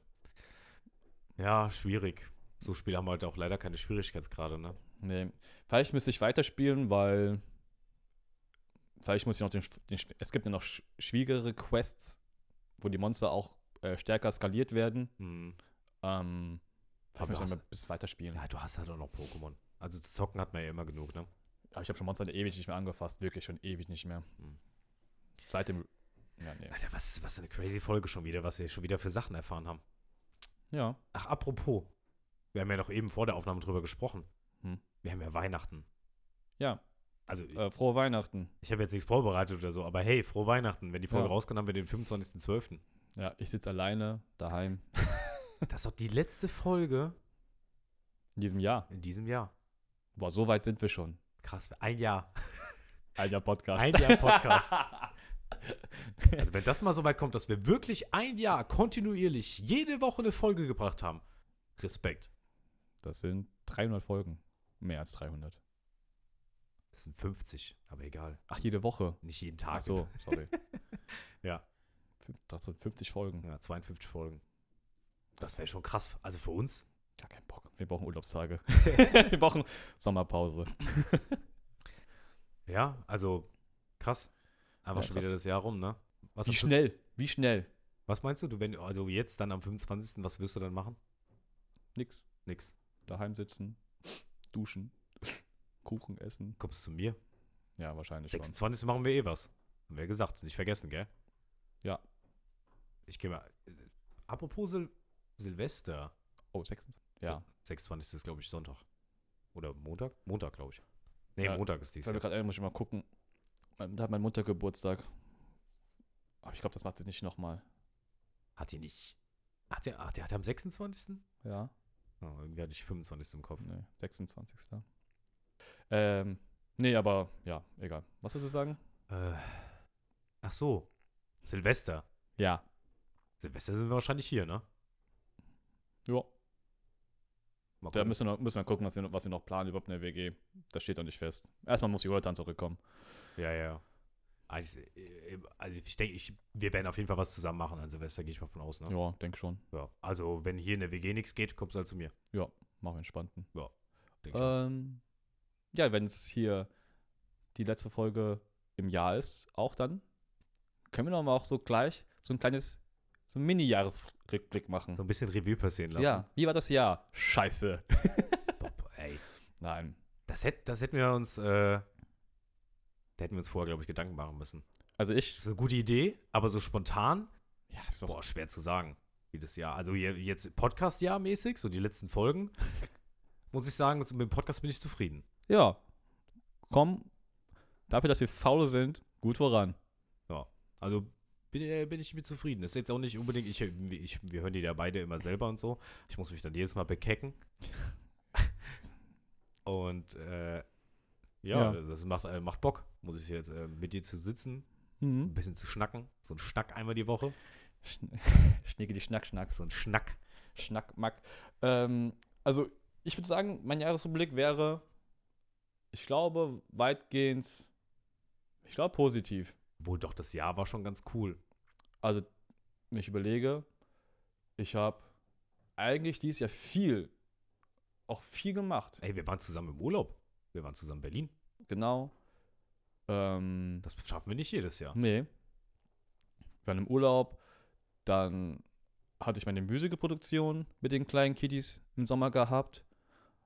ja, schwierig. So Spiele haben halt auch leider keine Schwierigkeitsgrade, ne?
Nee. Vielleicht müsste ich weiterspielen, weil. Vielleicht muss ich noch den. Sch- den Sch- es gibt ja noch sch- schwierigere Quests, wo die Monster auch äh, stärker skaliert werden.
Hm.
Ähm,
Aber
vielleicht muss ich
du
noch
hast-
ein bisschen weiterspielen.
Ja, du hast halt auch noch Pokémon. Also zu zocken hat man ja immer genug, ne?
Aber ich habe schon Monster Hunter ewig nicht mehr angefasst. Wirklich schon ewig nicht mehr.
Hm.
Seit dem. Ja, nee.
Alter, was, was eine crazy Folge schon wieder, was wir schon wieder für Sachen erfahren haben.
Ja.
Ach, apropos. Wir haben ja noch eben vor der Aufnahme drüber gesprochen.
Hm.
Wir haben ja Weihnachten.
Ja.
Also,
Äh, frohe Weihnachten.
ich habe jetzt nichts vorbereitet oder so, aber hey, frohe Weihnachten. Wenn die Folge
Ja.
rausgenommen wird, den 25.12.
Ja, ich sitze alleine daheim
Das ist doch die letzte Folge
in diesem Jahr.
in diesem Jahr.
Boah, so weit sind wir schon.
Krass, ein Jahr.
Ein Jahr Podcast.
Ein Jahr Podcast. Also, wenn das mal so weit kommt, dass wir wirklich ein Jahr kontinuierlich jede Woche eine Folge gebracht haben. Respekt.
Das sind 300 Folgen. Mehr als 300.
Das sind 50, aber egal.
Ach, jede Woche.
Nicht jeden Tag.
Ach so, sorry.
Ja.
Fünf- Das sind 50 Folgen.
Ja, 52 Folgen. Das wäre schon krass. Also für uns.
Gar kein Bock. Wir brauchen Urlaubstage. Wir brauchen Sommerpause.
Ja, also krass. Einfach
Ja,
schon
krass.
wieder das Jahr rum, ne? Was,
Wie
hast du-
schnell? Wie schnell?
was meinst du? du wenn, also jetzt dann am 25. Was wirst du dann machen?
Nix.
Nix.
Daheim sitzen, duschen, Kuchen essen.
Kommst zu mir?
Ja, wahrscheinlich schon.
26. machen wir eh was. Haben wir gesagt. Nicht vergessen, gell?
Ja.
Ich gehe mal. Äh, apropos Sil Silvester.
Oh, 26. Ja.
26. ist, glaube ich, Sonntag. Oder Montag? Montag, glaube ich. Nee,
Ja,
Montag ist dies
Ich habe
Jahr.
gerade muss ich mal gucken. Mein- Da hat meine Mutter Geburtstag. Aber ich glaube, das macht sie nicht nochmal.
Hat sie nicht. Hat sie, ach, der hat am 26.
Ja.
Oh, irgendwie hatte ich 25. im Kopf.
Nee, 26. Ähm, nee, aber ja, egal. Was willst du sagen?
Äh, ach so. Silvester.
Ja.
Silvester sind wir wahrscheinlich hier, ne?
Ja.
Mal
Da
gucken.
müssen wir, noch, müssen wir gucken, was wir, noch- was wir noch planen überhaupt in der WG. Das steht noch nicht fest. Erstmal muss die dann zurückkommen.
ja, ja. Also, äh, also ich denke, ich, wir werden auf jeden Fall was zusammen machen an Silvester, gehe ich mal von aus, ne?
Ja, denk schon.
Ja. Also, wenn hier in der WG nichts geht, kommst du halt zu mir.
Machen wir entspannten.
Denk ich mal.
Ähm, ja, wenn es hier die letzte Folge im Jahr ist, auch dann können wir noch mal auch so gleich so ein kleines, so einen Mini-Jahresrückblick machen.
so ein bisschen Revue passieren lassen.
ja, wie war das Jahr? Scheiße.
Bob, ey.
Nein.
Das, hätt, das hätten wir uns, äh, da hätten wir uns vorher, glaube ich, Gedanken machen müssen.
Also ich,
Das ist eine gute Idee, aber so spontan,
ja, ist doch,
boah, schwer zu sagen. Jedes Jahr. Also je- jetzt Podcast-Jahr mäßig, so die letzten Folgen, muss ich sagen, so mit dem Podcast bin ich zufrieden.
ja, komm, dafür, dass wir faul sind, gut voran.
Also bin, äh, bin ich mit zufrieden. Ist jetzt auch nicht unbedingt, ich, ich, wir hören die da beide immer selber und so. Ich muss mich dann jedes Mal bekecken. Und äh, ja,
Ja.
das macht, äh, macht Bock, muss ich jetzt äh, mit dir zu sitzen, ein
Mhm.
bisschen zu schnacken. So ein Schnack einmal die Woche.
Schnicke die Schnack, Schnack,
So ein Schnack.
Schnack, Mack. Ähm, also, ich würde sagen, mein Jahresrückblick wäre, ich glaube, weitgehend, ich glaube, positiv.
Wohl doch, das Jahr war schon ganz cool.
Also, wenn ich überlege, ich habe eigentlich dieses Jahr viel, auch viel gemacht.
Ey, wir waren zusammen im Urlaub. Wir waren zusammen in Berlin.
Genau. Ähm,
Das schaffen wir nicht jedes Jahr.
nee. Wir waren im Urlaub, dann hatte ich meine Musikproduktion mit den kleinen Kiddies im Sommer gehabt,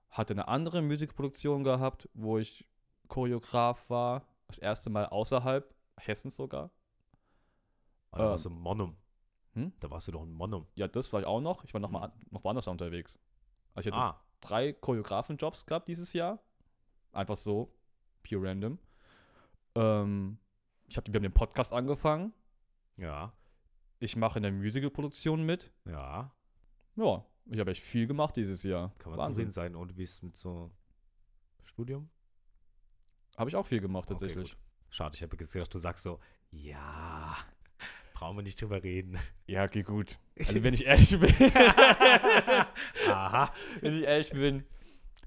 hatte eine andere Musikproduktion gehabt, wo ich Choreograf war, das erste Mal außerhalb Hessens sogar.
Aber Ah, da
Ähm.
warst du im Monum.
Hm?
Da warst du doch im Monum.
Ja, das war ich auch noch. Ich war noch mal an- noch woanders unterwegs. Also ich hatte
Ah,
drei Choreografenjobs gehabt dieses Jahr. Einfach so, pure random. Ähm, ich hab, wir haben den Podcast angefangen.
ja,
Ich mache in der Musicalproduktion mit.
ja.
Ja, ich habe echt viel gemacht dieses Jahr.
Kann man zufrieden sein. Und wie ist es mit so Studium?
Habe ich auch viel gemacht
Okay,
tatsächlich.
gut. Schade, ich habe jetzt gedacht, du sagst so, ja, brauchen wir nicht drüber reden.
ja, geht gut. Also wenn ich ehrlich bin,
Aha.
wenn ich ehrlich bin,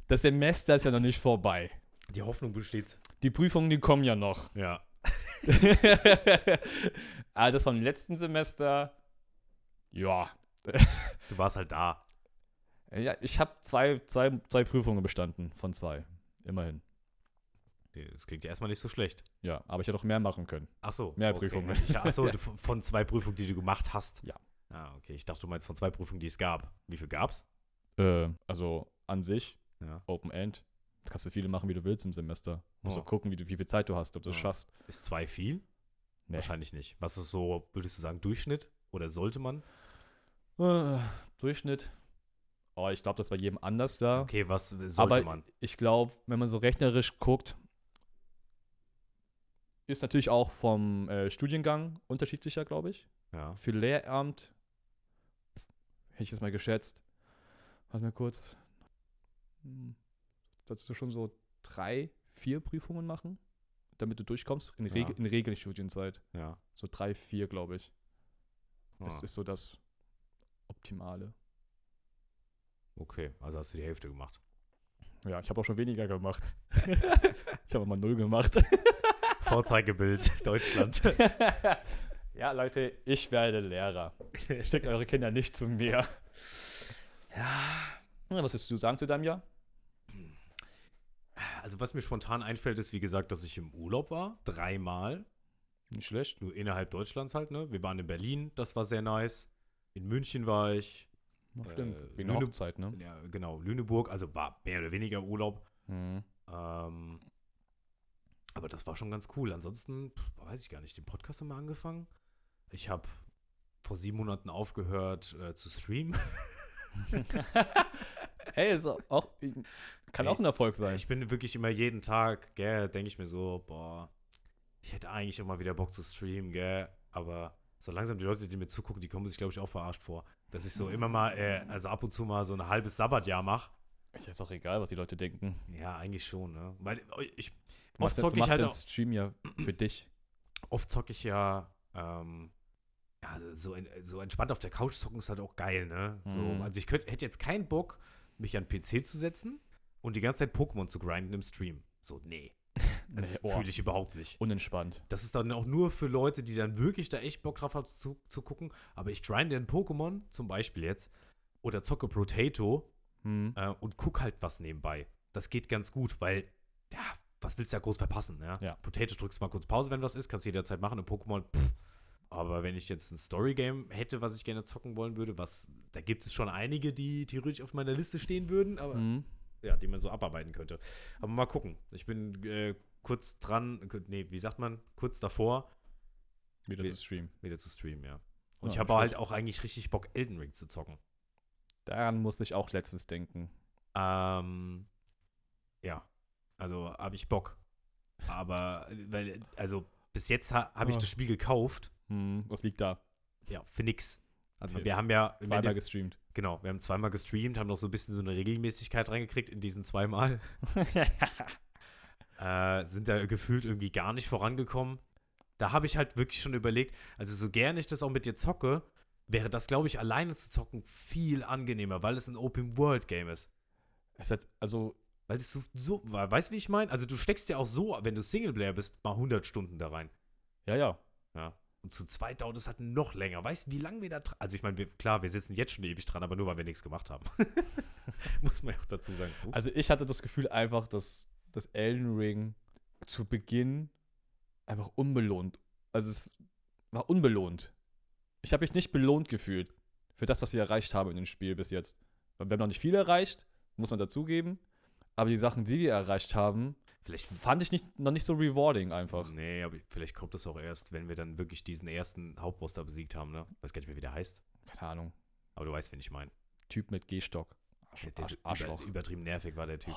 das Semester ist ja noch nicht vorbei.
Die Hoffnung besteht.
Die Prüfungen, die kommen ja noch.
Ja.
Aber das vom letzten Semester, ja,
Du warst halt da.
Ja, ich habe zwei, zwei, zwei Prüfungen bestanden von zwei. Immerhin.
Das klingt ja erstmal nicht so schlecht.
Ja, aber ich hätte auch mehr machen können.
Ach so.
Mehr Prüfungen.
Ich- Ach so, du- von zwei Prüfungen, die du gemacht hast.
Ja.
Ah, okay. Ich dachte, du meinst von zwei Prüfungen, die es gab. Wie viel gab's?
Äh, also an sich,
Ja.
Open End, kannst du viele machen, wie du willst im Semester. Musst
Ja.
auch gucken, wie, du, wie viel Zeit du hast, ob du es
Ja.
schaffst.
Ist zwei viel?
Nee.
Wahrscheinlich nicht. Was ist so, würdest du sagen, Durchschnitt? Oder sollte man?
Äh, Durchschnitt. Oh, ich glaube, das ist bei jedem anders da.
Okay, was sollte
aber
man?
ich glaube, wenn man so rechnerisch guckt, ist natürlich auch vom äh, Studiengang unterschiedlicher, glaube ich.
Ja.
Für Lehramt hätte ich jetzt mal geschätzt. Warte mal kurz. Hm, Solltest du schon so drei, vier Prüfungen machen, damit du durchkommst? In,
Ja.
Regel, in Regelstudienzeit.
Ja.
So drei, vier, glaube ich.
Ah,
Das ist so das Optimale.
okay, also hast du die Hälfte gemacht.
Ja, ich habe auch schon weniger gemacht. ich habe mal null gemacht.
Vorzeigebild Deutschland.
ja, Leute, ich werde Lehrer. Steckt eure Kinder nicht zu mir.
Ja.
Ja, was willst du sagen zu deinem Jahr?
Also was mir spontan einfällt, ist wie gesagt, dass ich im Urlaub war. Dreimal.
Nicht schlecht.
Nur innerhalb Deutschlands halt, ne? Wir waren in Berlin, das war sehr nice. In München war ich.
Ach, stimmt.
Äh,
Wegen der
Lüne-
Hochzeit, ne?
Ja, genau, Lüneburg, also war mehr oder weniger Urlaub.
Mhm.
Ähm, aber das war schon ganz cool. Ansonsten pf, weiß ich gar nicht, den Podcast haben wir angefangen. Ich habe vor sieben Monaten aufgehört äh, zu streamen.
Hey, ist auch, kann
Ey,
auch ein Erfolg sein.
Ich bin wirklich immer jeden Tag, gell, denke ich mir so, boah, ich hätte eigentlich immer wieder Bock zu streamen, gell. Aber so langsam die Leute, die mir zugucken, die kommen sich, glaube ich, auch verarscht vor. Dass ich so immer mal, äh, also ab und zu mal so ein halbes Sabbatjahr mache.
Ist jetzt auch egal, was die Leute denken.
Ja, eigentlich schon, ne? Weil ich,
Du
oft
machst, ja- du
zocke ich
machst
halt
den
auch,
Stream ja für dich.
oft zocke ich ja, ähm, ja, so, en- so entspannt auf der Couch zocken ist halt auch geil, ne? So,
Mhm.
Also ich könnt, hätte jetzt keinen Bock, mich an den PC zu setzen und die ganze Zeit Pokémon zu grinden im Stream. So, nee. Das
Nee, oh.
fühle ich überhaupt nicht.
Unentspannt.
Das ist dann auch nur für Leute, die dann wirklich da echt Bock drauf haben zu, zu gucken. Aber ich grinde in Pokémon zum Beispiel jetzt oder zocke Potato
Hm.
äh, und guck halt was nebenbei. Das geht ganz gut, weil, ja, was willst du ja groß verpassen, ne?
Ja.
Potato drückst mal kurz Pause, wenn was ist, kannst jederzeit machen. In Pokémon, pff. Aber wenn ich jetzt ein Story-Game hätte, was ich gerne zocken wollen würde, was, da gibt es schon einige, die theoretisch auf meiner Liste stehen würden, aber
Hm.
ja, die man so abarbeiten könnte. Aber mal gucken. Ich bin äh, kurz dran, ku- nee, wie sagt man, kurz davor,
Wieder
Wie-
zu streamen.
wieder zu streamen, ja. Und
Ja,
ich
nicht
habe halt
schlecht.
auch eigentlich richtig Bock, Elden Ring zu zocken.
Daran musste ich auch letztens denken.
Ähm, ja, also habe ich Bock. Aber, äh, weil, also bis jetzt ha habe ich
Ah.
das Spiel gekauft,
Hm. Was liegt da?
ja, für nix. Also
Okay.
wir haben ja, im
Zweimal
Ende,
gestreamt.
genau, wir haben zweimal gestreamt, haben noch so ein bisschen so eine Regelmäßigkeit reingekriegt in diesen zweimal. äh, sind da gefühlt irgendwie gar nicht vorangekommen. Da habe ich halt wirklich schon überlegt, also so gerne ich das auch mit dir zocke, wäre das, glaube ich, alleine zu zocken viel angenehmer, weil es ein Open-World-Game ist.
es hat, also,
Weil das so, so weil- weißt du, wie ich meine? Also du steckst ja auch so, wenn du Singleplayer bist, mal 100 Stunden da rein.
ja, ja.
Und zu zweit dauert es halt noch länger. Weißt du, wie lange wir da dran Also ich meine, wir, klar, wir sitzen jetzt schon ewig dran, aber nur, weil wir nichts gemacht haben. Muss man ja auch dazu sagen. Ups.
Also ich hatte das Gefühl einfach, dass das Elden Ring zu Beginn einfach unbelohnt. Also es war unbelohnt. Ich habe mich nicht belohnt gefühlt für das, was wir erreicht haben in dem Spiel bis jetzt. Weil Wir haben noch nicht viel erreicht, muss man dazugeben. Aber die Sachen, die wir erreicht haben,
Vielleicht
fand ich nicht, noch nicht so rewarding einfach.
Nee, aber vielleicht kommt das auch erst, wenn wir dann wirklich diesen ersten Hauptboss da besiegt haben, ne? Weiß gar nicht mehr, wie der heißt.
Keine Ahnung.
Aber du weißt, wen ich meine.
Typ mit Gehstock. Arsch,
Der- der
Arsch,
so
Arschloch.
Über, übertrieben nervig war der Typ.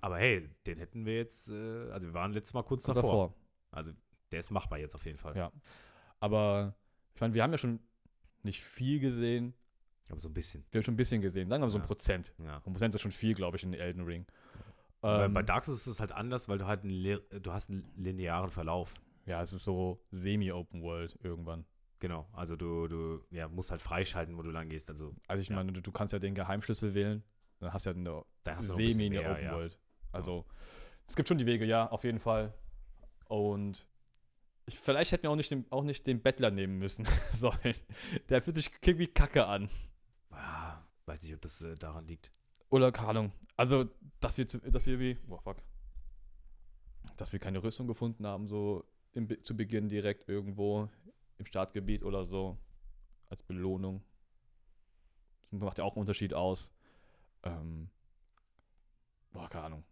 Aber hey, den hätten wir jetzt, äh, also wir waren letztes Mal kurz
Kurz
davor. Also der ist machbar jetzt auf jeden Fall.
Ja. Aber ich meine, wir haben ja schon nicht viel gesehen.
Aber so ein bisschen,
Wir haben schon ein bisschen gesehen. Sagen wir mal so ein
Ja.
Prozent.
ja.
Und Prozent ist schon viel, glaube ich, in Elden Ring.
Bei-
Ähm,
bei Dark Souls ist es halt anders, weil du halt einen, li- du hast einen linearen Verlauf.
ja, es ist so semi-Open World irgendwann.
Genau. Also du, du ja, musst halt freischalten, wo du lang gehst. Also
Also ich
Ja.
meine, du, du kannst ja den Geheimschlüssel wählen. Dann hast du ja eine
da hast du noch ein
semi
bisschen
eine
mehr,
Open
ja.
World. Also es gibt schon die Wege, ja, auf jeden Fall. Und ich, vielleicht hätten wir auch nicht, den, auch nicht den Bettler nehmen müssen sollen. Der fühlt sich irgendwie kacke an.
Ah, weiß nicht, ob das äh, daran liegt.
Oder keine Ahnung. Also, dass wir, zu, dass wir wie. Boah, fuck. Dass wir keine Rüstung gefunden haben, so im, Be- zu Beginn direkt irgendwo im Startgebiet oder so. Als Belohnung. Das macht ja auch einen Unterschied aus. Ähm, boah, keine Ahnung.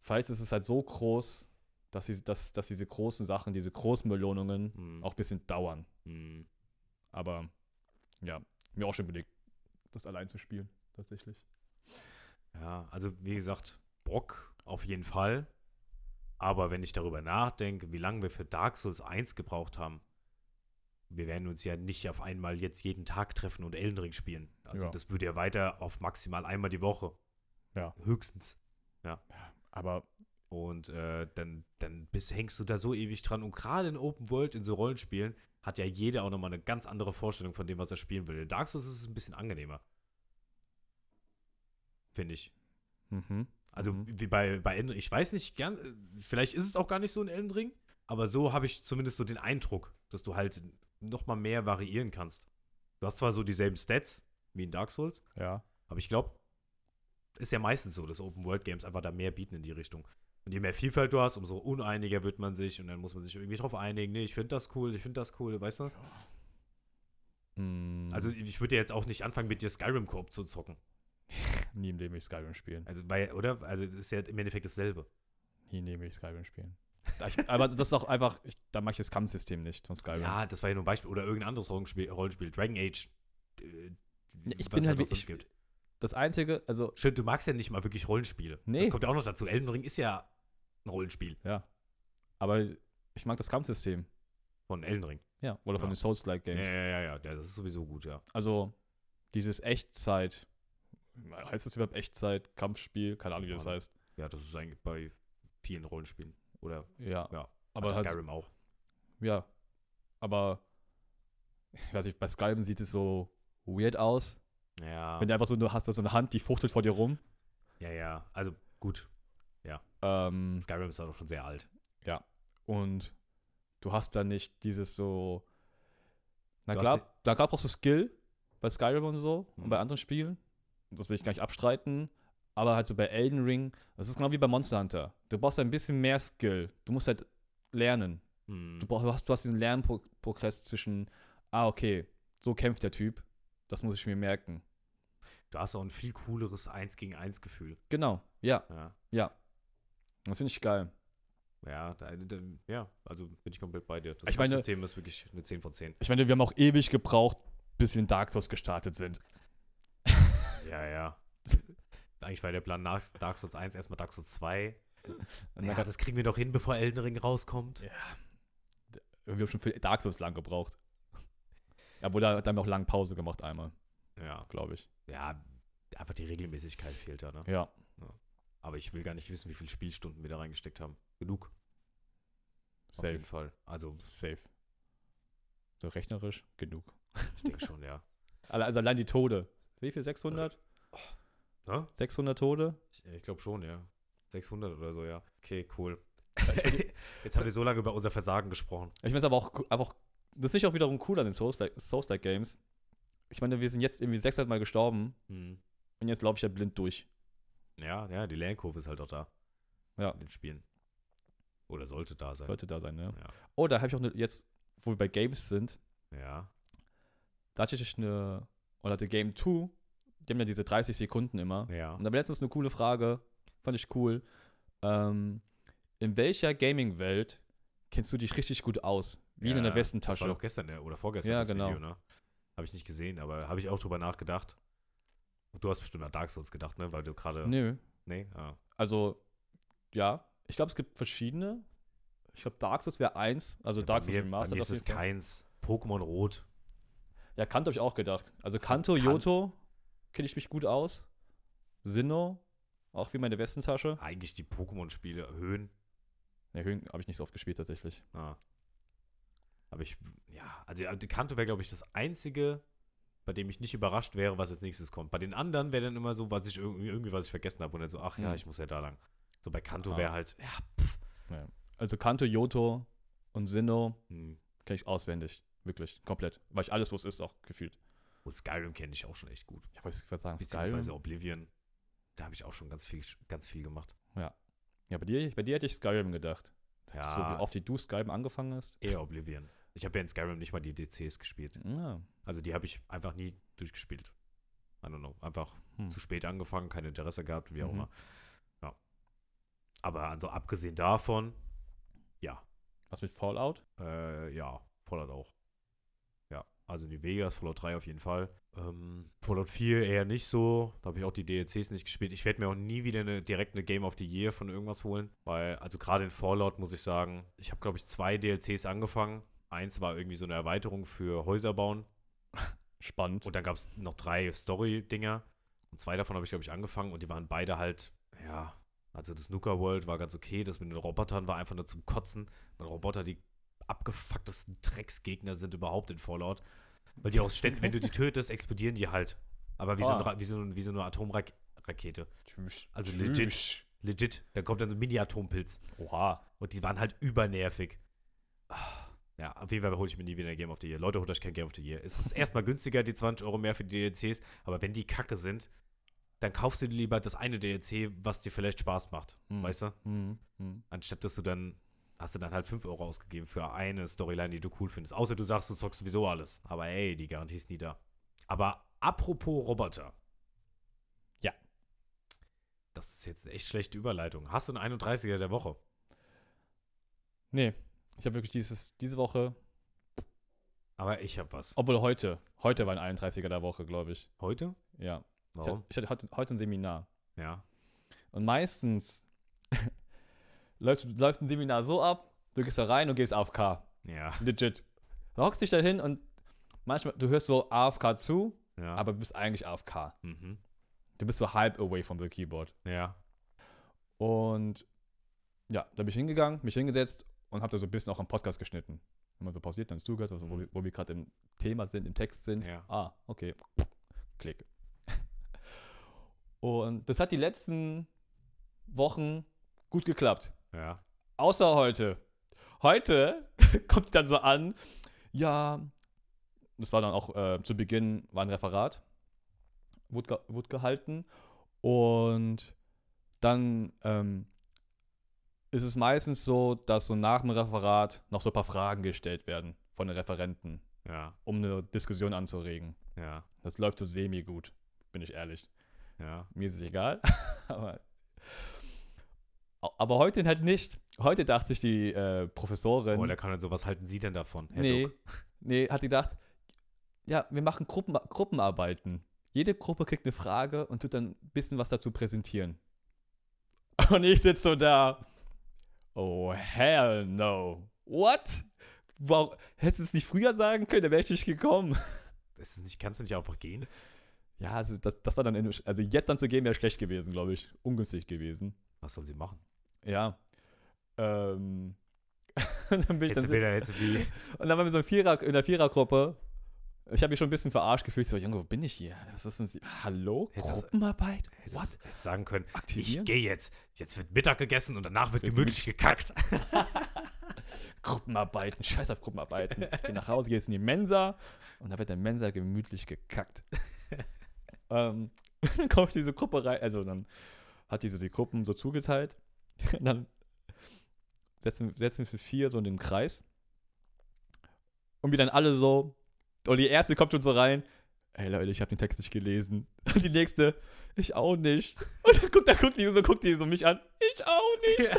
Falls ist es halt so groß, dass, sie, dass, dass diese großen Sachen, diese großen Belohnungen
Hm,
auch ein bisschen dauern.
hm.
Aber ja, mir auch schon überlegt, das allein zu spielen, tatsächlich.
Ja, also wie gesagt, Bock auf jeden Fall. Aber wenn ich darüber nachdenke, wie lange wir für Dark Souls 1 gebraucht haben, wir werden uns ja nicht auf einmal jetzt jeden Tag treffen und Elden Ring spielen. Also
Ja.
das würde ja weiter auf maximal einmal die Woche.
Ja.
Höchstens.
Aber
Und äh, dann, dann bist, hängst du da so ewig dran. Und gerade in Open World, in so Rollenspielen, hat ja jeder auch nochmal eine ganz andere Vorstellung von dem, was er spielen will. In Dark Souls ist es ein bisschen angenehmer. Finde ich. Also
Mhm.
wie bei, bei Elden Ring. Ich weiß nicht gern, äh, vielleicht ist es auch gar nicht so in Elden Ring, aber so habe ich zumindest so den Eindruck, dass du halt nochmal mehr variieren kannst. Du hast zwar so dieselben Stats wie in Dark Souls,
ja,
aber ich glaube, ist ja meistens so, dass Open-World-Games einfach da mehr bieten in die Richtung. Und je mehr Vielfalt du hast, umso uneiniger wird man sich und dann muss man sich irgendwie drauf einigen. Nee, ich finde das cool, ich finde das cool, weißt du?
mm,
Also ich würde ja jetzt auch nicht anfangen, mit dir Skyrim Coop zu zocken.
nie im Leben will ich Skyrim spielen.
Also, weil, oder? Also, es ist ja im Endeffekt dasselbe.
Nie im Leben will ich Skyrim spielen. Da Ich, aber das ist auch einfach, ich, da mache ich das Kampfsystem nicht von Skyrim.
Ja, das war ja nur ein Beispiel. Oder irgendein anderes Rollenspiel, Rollenspiel Dragon Age. Äh,
ich
was
bin
noch
halt wie-
sonst
ich-
gibt.
Das Einzige, also,
Stimmt, du magst ja nicht mal wirklich Rollenspiele.
Nee.
Das kommt ja auch noch dazu. Elden Ring ist ja ein Rollenspiel.
ja. Aber ich mag das Kampfsystem.
Von Elden Ring.
Ja, oder von
Ja.
den Souls-like
Ja,
Games.
ja, ja, ja, das ist sowieso gut, ja.
Also dieses Echtzeit, heißt das überhaupt Echtzeit, Kampfspiel, keine Ahnung, wie das
Keine
heißt.
Ja, das ist eigentlich bei vielen Rollenspielen. Oder
Ja,
Ja,
aber
hat
halt,
Skyrim auch.
ja, aber ich weiß nicht, bei Skyrim sieht es so weird aus,
Ja,
wenn du einfach so nur hast, du so eine Hand, die fuchtelt vor dir rum.
ja, ja. Also gut,
Ähm,
Skyrim ist halt auch schon sehr alt.
und du hast dann nicht dieses so. Na
Du
klar,
hast-
da klar brauchst du Skill bei Skyrim und so und
Mhm.
bei anderen Spielen. Das will ich gar nicht abstreiten. Aber halt so bei Elden Ring, das ist genau wie bei Monster Hunter. Du brauchst ein bisschen mehr Skill. Du musst halt lernen.
Hm.
Du, brauchst, du, hast, du hast diesen Lernprogress zwischen, ah, okay, so kämpft der Typ. Das muss ich mir merken.
Du hast auch ein viel cooleres 1 gegen 1 Gefühl.
Genau, ja,
Ja.
ja. Das finde ich geil.
Ja, da, da, ja, also bin ich komplett bei dir. Das
Ich meine-
System ist wirklich eine 10 von 10.
Ich meine, wir haben auch ewig gebraucht, bis wir in Dark Souls gestartet sind.
Ja, ja. Eigentlich war der Plan nach Dark Souls 1 erstmal Dark Souls 2.
Und
ja,
dann
das kriegen wir doch hin, bevor Elden Ring rauskommt.
Ja. Wir haben schon für Dark Souls lang gebraucht. Obwohl, da, da haben wir auch lange Pause gemacht einmal,
Ja.
glaube ich.
Ja, einfach die Regelmäßigkeit fehlt da, ne?
Ja.
Aber ich will gar nicht wissen, wie viele Spielstunden wir da reingesteckt haben. Genug, auf
Safe.
jeden Fall. Also,
Safe. So rechnerisch genug.
ich denke schon, ja.
Alle- Also allein die Tode. Wie viel? 600?
Ne?
600 Tode?
Ich, äh, ich glaube schon, ja. 600 oder so, ja. Okay, cool. Jetzt haben wir so lange über unser Versagen gesprochen.
Ich meine, es aber auch, aber auch, das ist auch wiederum cool an den Souls-like Souls-like Games. Ich meine, wir sind jetzt irgendwie 600 Mal gestorben
Hm.
und jetzt laufe ich ja blind durch.
Ja, ja, die Lernkurve ist halt auch da.
Ja.
In den Spielen. Oder sollte da sein.
Sollte da sein, ne?
Ja.
Oh, da habe ich auch ne, jetzt, wo wir bei Games sind,
Ja.
da hatte ich eine, oder hatte Game 2, die haben ja diese 30 Sekunden immer.
Ja.
Und da war letztens eine coole Frage, fand ich cool. Ähm, in welcher Gaming-Welt kennst du dich richtig gut aus? Wie in
Ja,
einer
Das war
Westentasche.
doch gestern ne, oder vorgestern
Ja,
das
genau.
Video, ne? Habe ich nicht gesehen, aber habe ich auch drüber nachgedacht. Und du hast bestimmt an Dark Souls gedacht, ne? Weil du gerade. Nee.
Nö.
Ah.
Also, ja, ich glaube, es gibt verschiedene. Ich glaube, Dark Souls wäre eins. Also
Ja,
Dark
bei
Souls
mir, bei
Remastered
mir
auf
ist es
jeden Fall.
keins. Pokémon Rot.
Ja, Kanto habe ich auch gedacht. Also Kanto,
Kan-
Yoto kenne ich mich gut aus. Sinnoh, auch wie meine Westentasche.
Eigentlich die Pokémon-Spiele. Höhen.
Ne, Höhen habe ich nicht so oft gespielt tatsächlich.
Ah. Aber ich. Ja, also ja, die Kanto wäre, glaube ich, das einzige, bei dem ich nicht überrascht wäre, was als nächstes kommt. Bei den anderen wäre dann immer so, was ich irgendwie, irgendwie was ich vergessen habe. Und dann so, ach ja,
Hm.
ich muss ja da lang. So bei Kanto
Ah.
wäre halt. Ja,
Also Kanto, Yoto und Sinnoh
hm.
kenne ich auswendig. Wirklich, komplett. Weil ich alles, wo es ist, auch gefühlt.
Und Skyrim kenne ich auch schon echt gut.
Ich weiß, ich würde sagen,
Beziehungsweise
Skyrim.
Oblivion. Da habe ich auch schon ganz viel, ganz viel gemacht.
Ja, bei dir, bei dir hätte ich Skyrim gedacht.
Ja,
So wie oft wie du Skyrim angefangen hast.
eher Oblivion. Ich habe ja in Skyrim nicht mal die DCs gespielt.
Ja.
Also die habe ich einfach nie durchgespielt. I don't know. Einfach
Hm.
zu spät angefangen, kein Interesse gehabt, wie auch
Mhm.
immer. Ja. Aber also abgesehen davon,
Was mit Fallout?
äh, ja, Fallout auch. Ja, also New Vegas, Fallout 3 auf jeden Fall. Ähm, Fallout 4 eher nicht so. Da habe ich auch die DLCs nicht gespielt. Ich werde mir auch nie wieder eine, direkt eine Game of the Year von irgendwas holen. Weil, also gerade in Fallout muss ich sagen, ich habe, glaube ich, zwei DLCs angefangen. Eins war irgendwie so eine Erweiterung für Häuser bauen.
Spannend.
Und dann gab es noch drei Story-Dinger. Und zwei davon habe ich, glaube ich, angefangen. Und die waren beide halt, ja, also das Nuka World war ganz okay. Das mit den Robotern war einfach nur zum Kotzen. Weil Roboter die abgefucktesten Drecksgegner sind überhaupt in Fallout. Weil die auch ständig, wenn du die tötest, explodieren die halt. Aber wie, so, ein,
Ah.
Ra- wie, so, ein- wie so eine Atomrakete.
Tschüss.
Also
Tschüss.
legit. Legit. Dann kommt dann so ein Mini-Atompilz.
Oha.
Und die waren halt übernervig. Ah, Ja, auf jeden Fall hole ich mir nie wieder ein Game of the Year. Leute, holt euch kein Game of the Year. Es ist erstmal günstiger, die 20 Euro mehr für die DLCs, aber wenn die kacke sind, dann kaufst du dir lieber das eine DLC, was dir vielleicht Spaß macht.
Hm.
Weißt du?
Hm, hm.
Anstatt dass du dann, hast du dann halt 5 Euro ausgegeben für eine Storyline, die du cool findest. Außer du sagst, du zockst sowieso alles. Aber ey, die Garantie ist nie da. Aber apropos Roboter.
Ja.
Das ist jetzt eine echt schlechte Überleitung. Hast du einen 31er der Woche?
Nee, ich habe wirklich dieses, diese Woche,
Aber ich habe was.
obwohl heute, heute war ein 31er der Woche, glaube ich.
Heute?
Ja.
Warum?
Ich hatte, ich hatte heute, heute ein Seminar.
Ja.
Und meistens läuft, läuft ein Seminar so ab, du gehst da rein und gehst AFK.
Ja.
Legit. Du hockst dich dahin und manchmal, du hörst so AFK zu,
Ja.
aber bist eigentlich AFK.
Mhm.
Du bist so halb away from the keyboard.
Ja.
Und ja, da bin ich hingegangen, mich hingesetzt und habe da so ein bisschen auch am Podcast geschnitten. Wenn man so pausiert, dann hast du gehört, also wo, wir- wo wir gerade im Thema sind, im Text sind.
Ja.
Ah, okay. Klick. Und das hat die letzten Wochen gut geklappt.
Ja.
Außer heute. Heute kommt die dann so an, ja, das war dann auch äh, zu Beginn, war ein Referat, wurde, ge wurde gehalten und dann ähm, ist es meistens so, dass so nach dem Referat noch so ein paar Fragen gestellt werden von den Referenten,
Ja.
um eine Diskussion anzuregen.
Ja.
Das läuft so semi-gut, bin ich ehrlich.
Ja.
Mir ist es egal. aber, aber heute halt nicht. Heute dachte sich die äh, Professorin,
Oh, der kann halt so, was halten Sie denn davon? Herr
nee,
Duck?
nee, hat gedacht, ja, wir machen Gruppen, Gruppenarbeiten. Jede Gruppe kriegt eine Frage und tut dann ein bisschen was dazu präsentieren. Und ich sitze so da. Oh, hell no. What? Warum, hättest du es nicht früher sagen können, da wäre ich nicht gekommen.
Ist es nicht, kannst du nicht einfach gehen?
Ja, also das, das war dann, in, also jetzt dann zu gehen, wäre schlecht gewesen, glaube ich. Ungünstig gewesen.
Was soll sie machen?
Ja. Ähm. und dann bin ich
Hättest du
dann so, und
wieder, hättest du wie.
dann waren wir so in, Vierer, in der Vierergruppe. Ich habe mich schon ein bisschen verarscht gefühlt. So, Junge, wo bin ich hier? Das ist uns, hallo?
Hättest du-
Gruppenarbeit?
Hättest
What?
du- hättest sagen können, ich
Aktivieren?
gehe jetzt. Jetzt wird Mittag gegessen und danach wird
Wird
gemütlich gekackt.
Gruppenarbeiten. Scheiß auf Gruppenarbeiten. Ich gehe nach Hause, gehe jetzt in die Mensa. Und da wird der Mensa gemütlich gekackt. ähm, dann komme ich in diese Gruppe rein. Also dann hat diese die Gruppen so zugeteilt. Und dann setzen, setzen wir vier so in den Kreis. Und wir dann alle so. Und die erste kommt schon so rein. Ey Leute, ich habe den Text nicht gelesen. Und die nächste, ich auch nicht. Und dann guckt, dann guckt die so, guckt die so mich an. Ich auch nicht.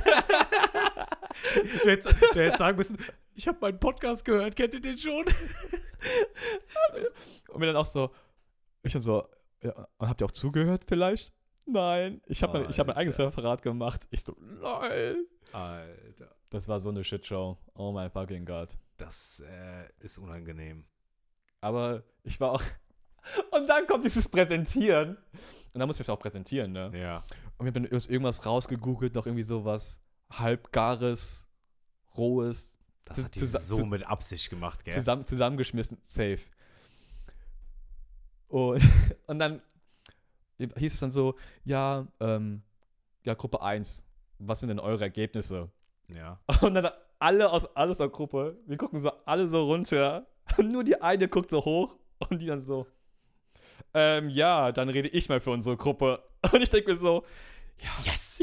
Du hättest, du hättest sagen müssen, ich habe meinen Podcast gehört, kennt ihr den schon?
Und mir dann auch so, ich dann so, ja, und habt ihr auch zugehört vielleicht? Nein, ich habe mein, ich hab mein eigenes Referat gemacht. Ich so, lol.
Alter,
Das war so eine Shitshow. Oh mein fucking Gott.
das äh, ist unangenehm.
Aber ich war auch. Und dann kommt dieses Präsentieren. Und dann muss ich es auch präsentieren, ne?
Ja.
Und ich habe dann aus irgendwas rausgegoogelt, noch irgendwie sowas halbgares, rohes,
Das
Zu-
hat die
zusa-
so
zu-
mit Absicht gemacht, gell?
zusammen, zusammengeschmissen, safe. Und, und dann hieß es dann so, ja, ähm, ja, Gruppe 1, was sind denn eure Ergebnisse?
Ja.
Und dann alle aus, alles aus der Gruppe, wir gucken so alle so runter und nur die eine guckt so hoch und die dann so, ähm, ja, dann rede ich mal für unsere Gruppe. Und ich denke mir so,
Yes,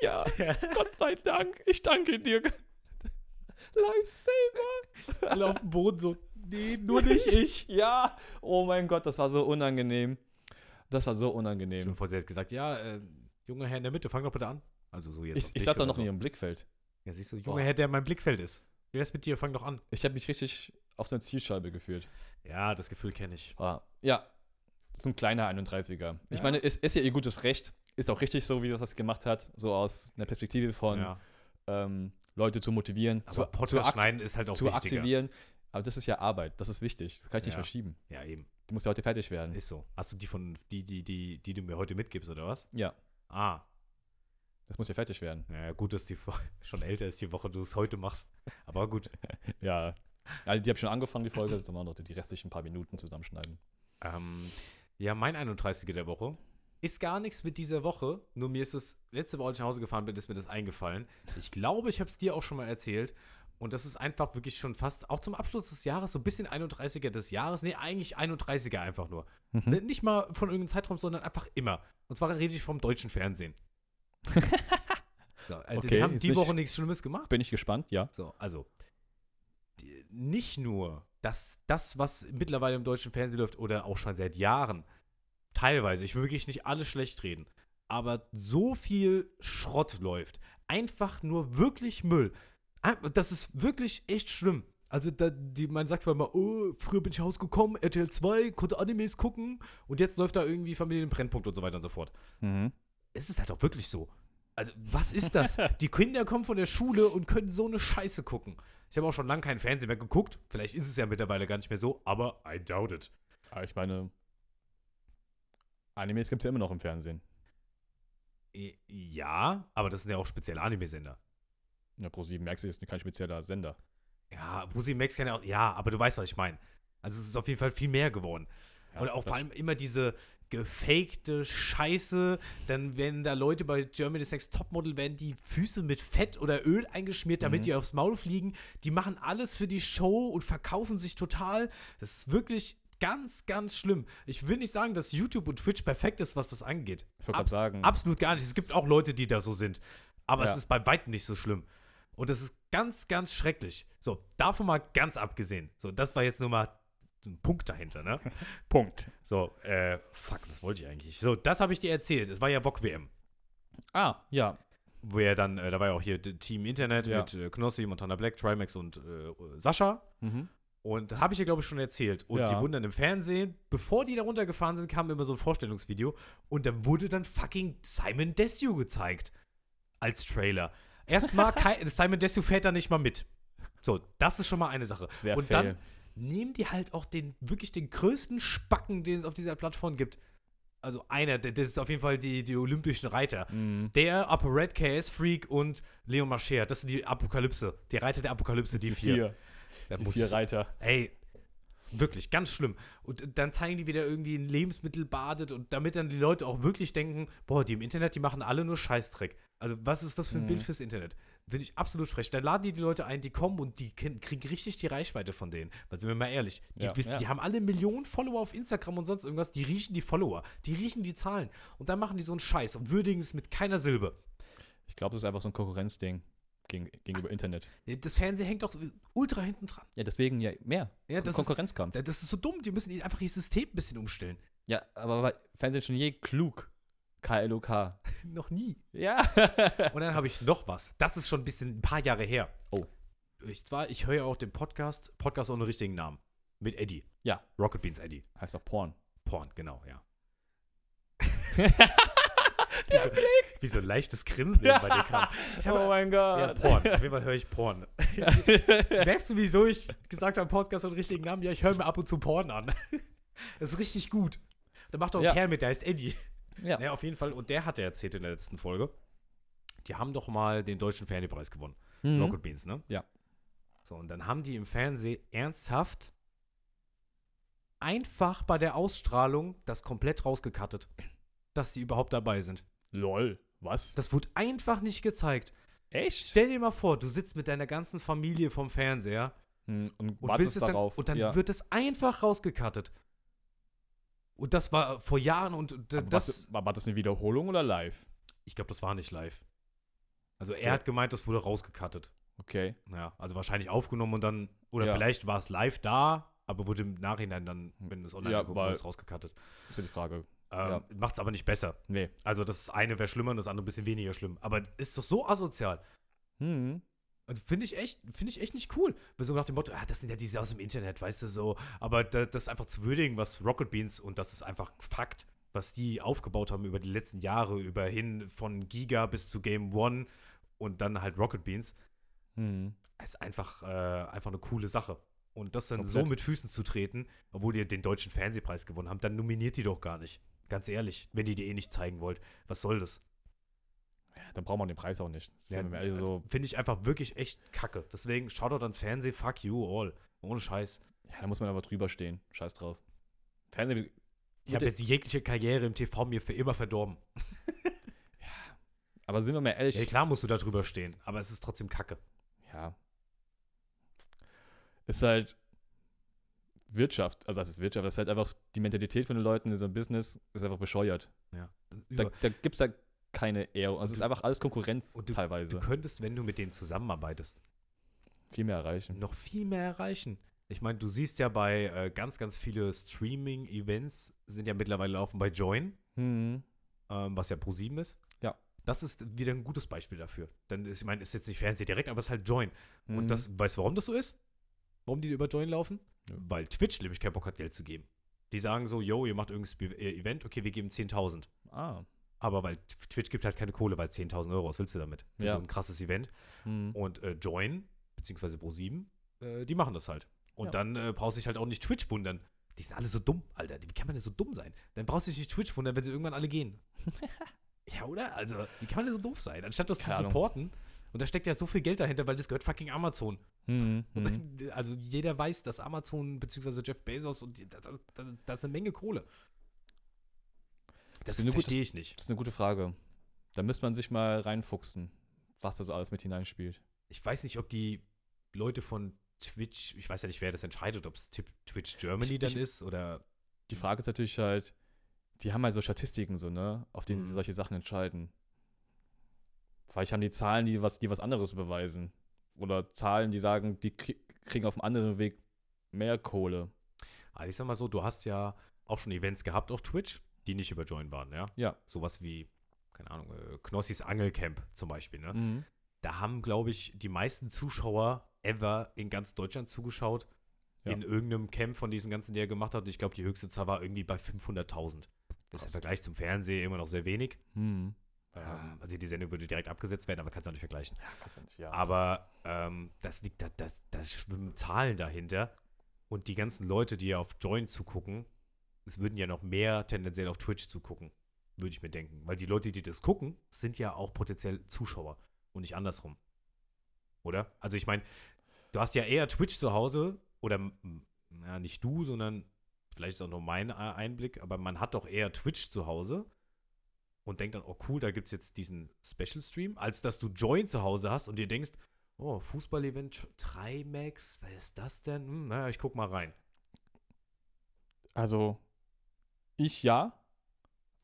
Ja. ja, Gott sei Dank, ich danke dir. Lifesaver.
Alle auf dem Boden so, nee, nur nicht ich.
Ja, oh mein Gott, das war so unangenehm. Das war so unangenehm.
Bevor sie jetzt gesagt, ja, äh, junger Herr in der Mitte, fang doch bitte an. Also so jetzt.
Ich,
auf
ich
dich
saß da
oder
noch
so.
in ihrem Blickfeld.
Ja, siehst du,
Boah.
junger Herr, der in meinem Blickfeld ist. Wie wär's mit dir? Fang doch an.
Ich habe mich richtig auf so eine Zielscheibe gefühlt.
Ja, das Gefühl kenne ich.
Ah, ja, das ist ein kleiner 31er. Ich
Ja.
meine, es ist ja ihr gutes Recht. Ist auch richtig so, wie das das gemacht hat. So aus einer Perspektive von
ja.
ähm, Leute zu motivieren,
Aber
zu, zu,
Podcast
akt
schneiden ist halt auch
zu
wichtiger.
aktivieren. Aber das ist ja Arbeit. Das ist wichtig. Das kann ich nicht
Ja.
verschieben.
Ja, eben.
Du musst ja heute fertig werden.
Ist so. Hast du die von, die, die, die, die du mir heute mitgibst, oder was?
ja,
Ah,
das muss ja fertig werden.
naja, gut, dass die Wo- schon älter ist die Woche, du es heute machst. Aber gut.
Ja. Also die habe schon angefangen, die Folge. Jetzt machen wir noch die restlichen paar Minuten zusammenschneiden.
Ähm, ja, mein 31. der Woche ist gar nichts mit dieser Woche. Nur mir ist es, letzte Woche, als ich nach Hause gefahren bin, ist mir das eingefallen. Ich glaube, ich habe es dir auch schon mal erzählt. Und das ist einfach wirklich schon fast, auch zum Abschluss des Jahres, so ein bisschen 31er des Jahres. Nee, eigentlich 31er einfach nur.
Mhm.
Ne, Nicht mal von irgendeinem Zeitraum, sondern einfach immer. Und zwar rede ich vom deutschen Fernsehen. so, also
Okay,
die haben
ist
die
nicht-
Woche nichts Schlimmes gemacht.
Bin ich gespannt, ja.
So, also die- nicht nur, dass das, was mittlerweile im deutschen Fernsehen läuft oder auch schon seit Jahren, teilweise, ich will wirklich nicht alles schlecht reden, aber so viel Schrott läuft. Einfach nur wirklich Müll. Ein- Das ist wirklich echt schlimm. Also da, die, man sagt zwar immer, oh, früher bin ich rausgekommen, RTL 2, konnte Animes gucken und jetzt läuft da irgendwie Familienbrennpunkt und so weiter und so fort
Mhm.
es ist halt auch wirklich so. Also, was ist das? Die Kinder kommen von der Schule und können so eine Scheiße gucken. Ich habe auch schon lange keinen Fernsehen mehr geguckt. Vielleicht ist es ja mittlerweile gar nicht mehr so, aber I doubt it.
Aber Ah, ich meine, Animes gibt es ja immer noch im Fernsehen.
I- Ja, aber das sind ja auch spezielle Anime-Sender.
Ja, ProSieben merkst du, ist kein spezieller Sender.
Ja, Pussy Max kann ja auch. Ja, aber du weißt, was ich meine. Also es ist auf jeden Fall viel mehr geworden.
Ja,
Und auch
das-
vor allem immer diese gefakte Scheiße, dann werden da Leute bei Germany's Next Topmodel, werden die Füße mit Fett oder Öl eingeschmiert, damit
Mhm.
die aufs Maul fliegen. Die machen alles für die Show und verkaufen sich total. Das ist wirklich ganz, ganz schlimm. Ich will nicht sagen, dass YouTube und Twitch perfekt ist, was das angeht.
Ich wollte gerade sagen,
Absolut gar nicht. Es gibt auch Leute, die da so sind. Aber es
Ja.
ist bei weitem nicht so schlimm. Und das ist ganz, ganz schrecklich. So, davon mal ganz abgesehen. So, das war jetzt nur mal ein Punkt dahinter, ne?
Punkt.
So, äh, fuck, was wollte ich eigentlich? So, das habe ich dir erzählt. Es war ja VOG-WM.
Ah, ja.
Wo ja dann, äh, da war ja auch hier d- Team Internet
Ja.
mit äh, Knossi, Montana Black, Trimax und äh, Sascha.
Mhm.
Und habe ich ja, glaube ich, schon erzählt. Und
Ja.
die wurden dann im Fernsehen, bevor die da runtergefahren sind, kam immer so ein Vorstellungsvideo. Und dann wurde dann fucking Simon Desue gezeigt. Als Trailer. Erstmal, kei- Simon Desue fährt da nicht mal mit. So, das ist schon mal eine Sache.
Sehr
und
fail.
dann nehmen die halt auch den, wirklich den größten Spacken, den es auf dieser Plattform gibt. Also einer, der- das ist auf jeden Fall die, die olympischen Reiter.
Mhm.
Der Upper Red KS Freak und Leon Mascher, das sind die Apokalypse, die Reiter der Apokalypse, die, vier.
Vier.
Da
Die
muss-
vier Reiter.
Ey, wirklich, ganz schlimm. Und dann zeigen die wieder irgendwie ein Lebensmittel badet und damit dann die Leute auch wirklich denken, boah, die im Internet, die machen alle nur Scheißdreck. Also was ist das für ein
Mhm.
Bild fürs Internet? Finde ich absolut frech. Dann laden die die Leute ein, die kommen und die ken- kriegen richtig die Reichweite von denen. Weil sind wir mal ehrlich, die,
Ja,
wissen,
ja.
die haben alle Millionen Follower auf Instagram und sonst irgendwas, die riechen die Follower, die riechen die Zahlen. Und dann machen die so einen Scheiß und würdigen es mit keiner Silbe.
Ich glaube, das ist einfach so ein Konkurrenzding gegen, gegenüber Internet.
Das Fernsehen hängt doch ultra hinten dran.
Ja, deswegen ja mehr.
Ja,
Kon-
das ist-
Konkurrenzkampf.
Das ist so dumm, die müssen einfach ihr System ein bisschen umstellen.
ja, aber war Fernsehen schon je klug. KLOK.
Noch nie.
Ja.
Und dann habe ich noch was. Das ist schon ein bisschen ein paar Jahre her.
Oh.
Ich zwar, ich höre ja auch den Podcast, Podcast ohne richtigen Namen. Mit Eddie.
Ja.
Rocket Beans Eddie.
heißt doch Porn.
Porn, genau, ja. Wie so, wie so ein leichtes Grinsen eben bei dir kam. Ich habe
Oh mein
ja,
Gott.
Porn. Auf jeden Fall höre ich Porn. Merkst du, wieso ich gesagt habe, Podcast ohne richtigen Namen? Ja, ich höre mir ab und zu Porn an. Das ist richtig gut. Da macht auch ein
Ja.
Kerl mit, der heißt Eddie.
ja.
Naja, auf jeden Fall. Und der hat ja erzählt in der letzten Folge, die haben doch mal den deutschen Fernsehpreis gewonnen.
Mhm.
Rocket Beans, ne?
Ja.
So, und dann haben die im Fernsehen ernsthaft einfach bei der Ausstrahlung das komplett rausgekattet, dass die überhaupt dabei sind.
Lol. Was?
Das wurde einfach nicht gezeigt.
Echt?
Stell dir mal vor, du sitzt mit deiner ganzen Familie vom Fernseher
Hm, Und,
und
wartest
willst es dann,
darauf.
und dann
ja.
wird es einfach rausgekattet. Und das war vor Jahren und d-
Aber
das.
warte- war, war das eine Wiederholung oder live?
Ich glaube, das war nicht live. Also er
Ja.
hat gemeint, das wurde rausgekattet.
Okay.
Ja, also wahrscheinlich aufgenommen und dann, oder
Ja.
vielleicht war es live da, aber wurde im Nachhinein dann, wenn es online
Ja,
geguckt wurde,
weil-
ist rausgekattet.
Ist ja die Frage.
Ähm,
Ja.
Macht es aber nicht besser.
Nee.
Also das eine wäre schlimmer und das andere ein bisschen weniger schlimm. Aber ist doch so asozial.
Hm.
Also finde ich echt, finde ich echt nicht cool. Weil So nach dem Motto, ah, das sind ja diese aus dem Internet, weißt du so. Aber da, das ist einfach zu würdigen, was Rocket Beans und das ist einfach Fakt, was die aufgebaut haben über die letzten Jahre, über hin von Giga bis zu Game One und dann halt Rocket Beans,
Hm.
ist einfach, äh, einfach eine coole Sache. Und das dann so
Komplett.
mit Füßen zu treten, obwohl die den deutschen Fernsehpreis gewonnen haben, dann nominiert die doch gar nicht. Ganz ehrlich, wenn die die eh nicht zeigen wollt, was soll das? äh,
Ja, dann braucht man den Preis auch nicht. Das ist ja, ehrlich so,
Finde ich einfach wirklich echt kacke. Deswegen, Shoutout ans Fernsehen, fuck you all. Ohne Scheiß.
ja, da muss man aber drüber stehen. Scheiß drauf. Fernsehen
Ich habe
Mit-
jetzt jegliche Karriere im TV mir für immer verdorben.
Aber sind wir mal ehrlich.
Ja, klar musst du da drüber stehen, aber es ist trotzdem kacke.
ja. Ist halt Wirtschaft. Also, das ist Wirtschaft. Das ist halt einfach die Mentalität von den Leuten in so einem Business ist einfach bescheuert. Da,
Über-
da gibt es da keine Ehre. Also, es ist einfach alles Konkurrenz
und du-
teilweise.
Du könntest, wenn du mit denen zusammenarbeitest,
Viel mehr erreichen.
noch viel mehr erreichen. Ich meine, du siehst ja bei äh, ganz, ganz viele Streaming-Events sind ja mittlerweile laufen bei Join,
Hm.
ähm, was ja ProSieben ist.
Ja.
Das ist wieder ein gutes Beispiel dafür. Dann ist, ich meine, ist jetzt nicht Fernsehen direkt, aber es ist halt Join.
Hm.
Und das, weißt du, warum das so ist? Warum die über Join laufen?
Nö.
Weil Twitch nämlich keinen Bock hat, Geld zu geben. Die sagen so, yo, ihr macht irgendein Spe- äh, Event, okay, wir geben 10.000.
Ah.
Aber weil Tw- Twitch gibt halt keine Kohle, weil 10.000 Euro, was willst du damit? Für
Ja.
so ein krasses Event.
Hm.
Und äh, Join beziehungsweise Pro7, äh, die machen das halt. Und
Ja.
dann äh, brauchst du dich halt auch nicht Twitch wundern. Die sind alle so dumm, Alter. Wie kann man denn so dumm sein? Dann brauchst du dich nicht Twitch wundern, wenn sie irgendwann alle gehen. ja, oder? Also, wie kann man denn so doof sein? Anstatt das
Keine
zu
Ahnung.
supporten. Und da steckt ja so viel Geld dahinter, weil das gehört fucking Amazon.
Mhm.
Und
Mhm.
Also jeder weiß, dass Amazon bzw. Jeff Bezos und das, das, das, das ist eine Menge Kohle. Das
ist eine gute-
verstehe ich nicht.
Das ist eine gute Frage. Da müsste man sich mal reinfuchsen, was das alles mit hineinspielt.
Ich weiß nicht, ob die Leute von Twitch, ich weiß ja nicht, wer das entscheidet, ob es Twitch Germany
Ich-
dann
ich-
ist oder
Die Frage ist natürlich halt, die haben halt so Statistiken, so, ne, auf denen sie
Mhm.
solche Sachen entscheiden. Vielleicht haben die Zahlen, die was, die was anderes beweisen. Oder Zahlen, die sagen, die krie- kriegen auf einem anderen Weg mehr Kohle.
Also ich sag mal so, du hast ja auch schon Events gehabt auf Twitch, die nicht über Join waren, ja?
Ja.
Sowas wie, keine Ahnung, äh, Knossis Angelcamp zum Beispiel, ne?
Mhm.
Da haben, glaube ich, die meisten Zuschauer ever in ganz Deutschland zugeschaut.
Ja.
In irgendeinem Camp von diesen ganzen, die er gemacht hat. Und ich glaube, die höchste Zahl war irgendwie bei 500.000. Das ist im
Krass.
Vergleich zum Fernsehen immer noch sehr wenig.
Mhm.
Ähm, also die Sendung würde direkt abgesetzt werden, aber kannst du auch nicht vergleichen.
Ja, kannst du nicht, ja.
Aber ähm, das liegt, da, das, da schwimmen Zahlen dahinter. Und die ganzen Leute, die ja auf Join zugucken, es würden ja noch mehr tendenziell auf Twitch zugucken, würde ich mir denken. Weil die Leute, die das gucken, sind ja auch potenziell Zuschauer und nicht andersrum. Oder? Also ich meine, du hast ja eher Twitch zu Hause oder m, na, nicht du, sondern vielleicht ist auch nur mein äh, Einblick, aber man hat doch eher Twitch zu Hause und denkt dann, oh cool, da gibt es jetzt diesen Special Stream, als dass du Join zu Hause hast und dir denkst, oh, Fußball-Event 3 Max, was ist das denn? Hm, naja, ich guck mal rein.
Also, ich ja,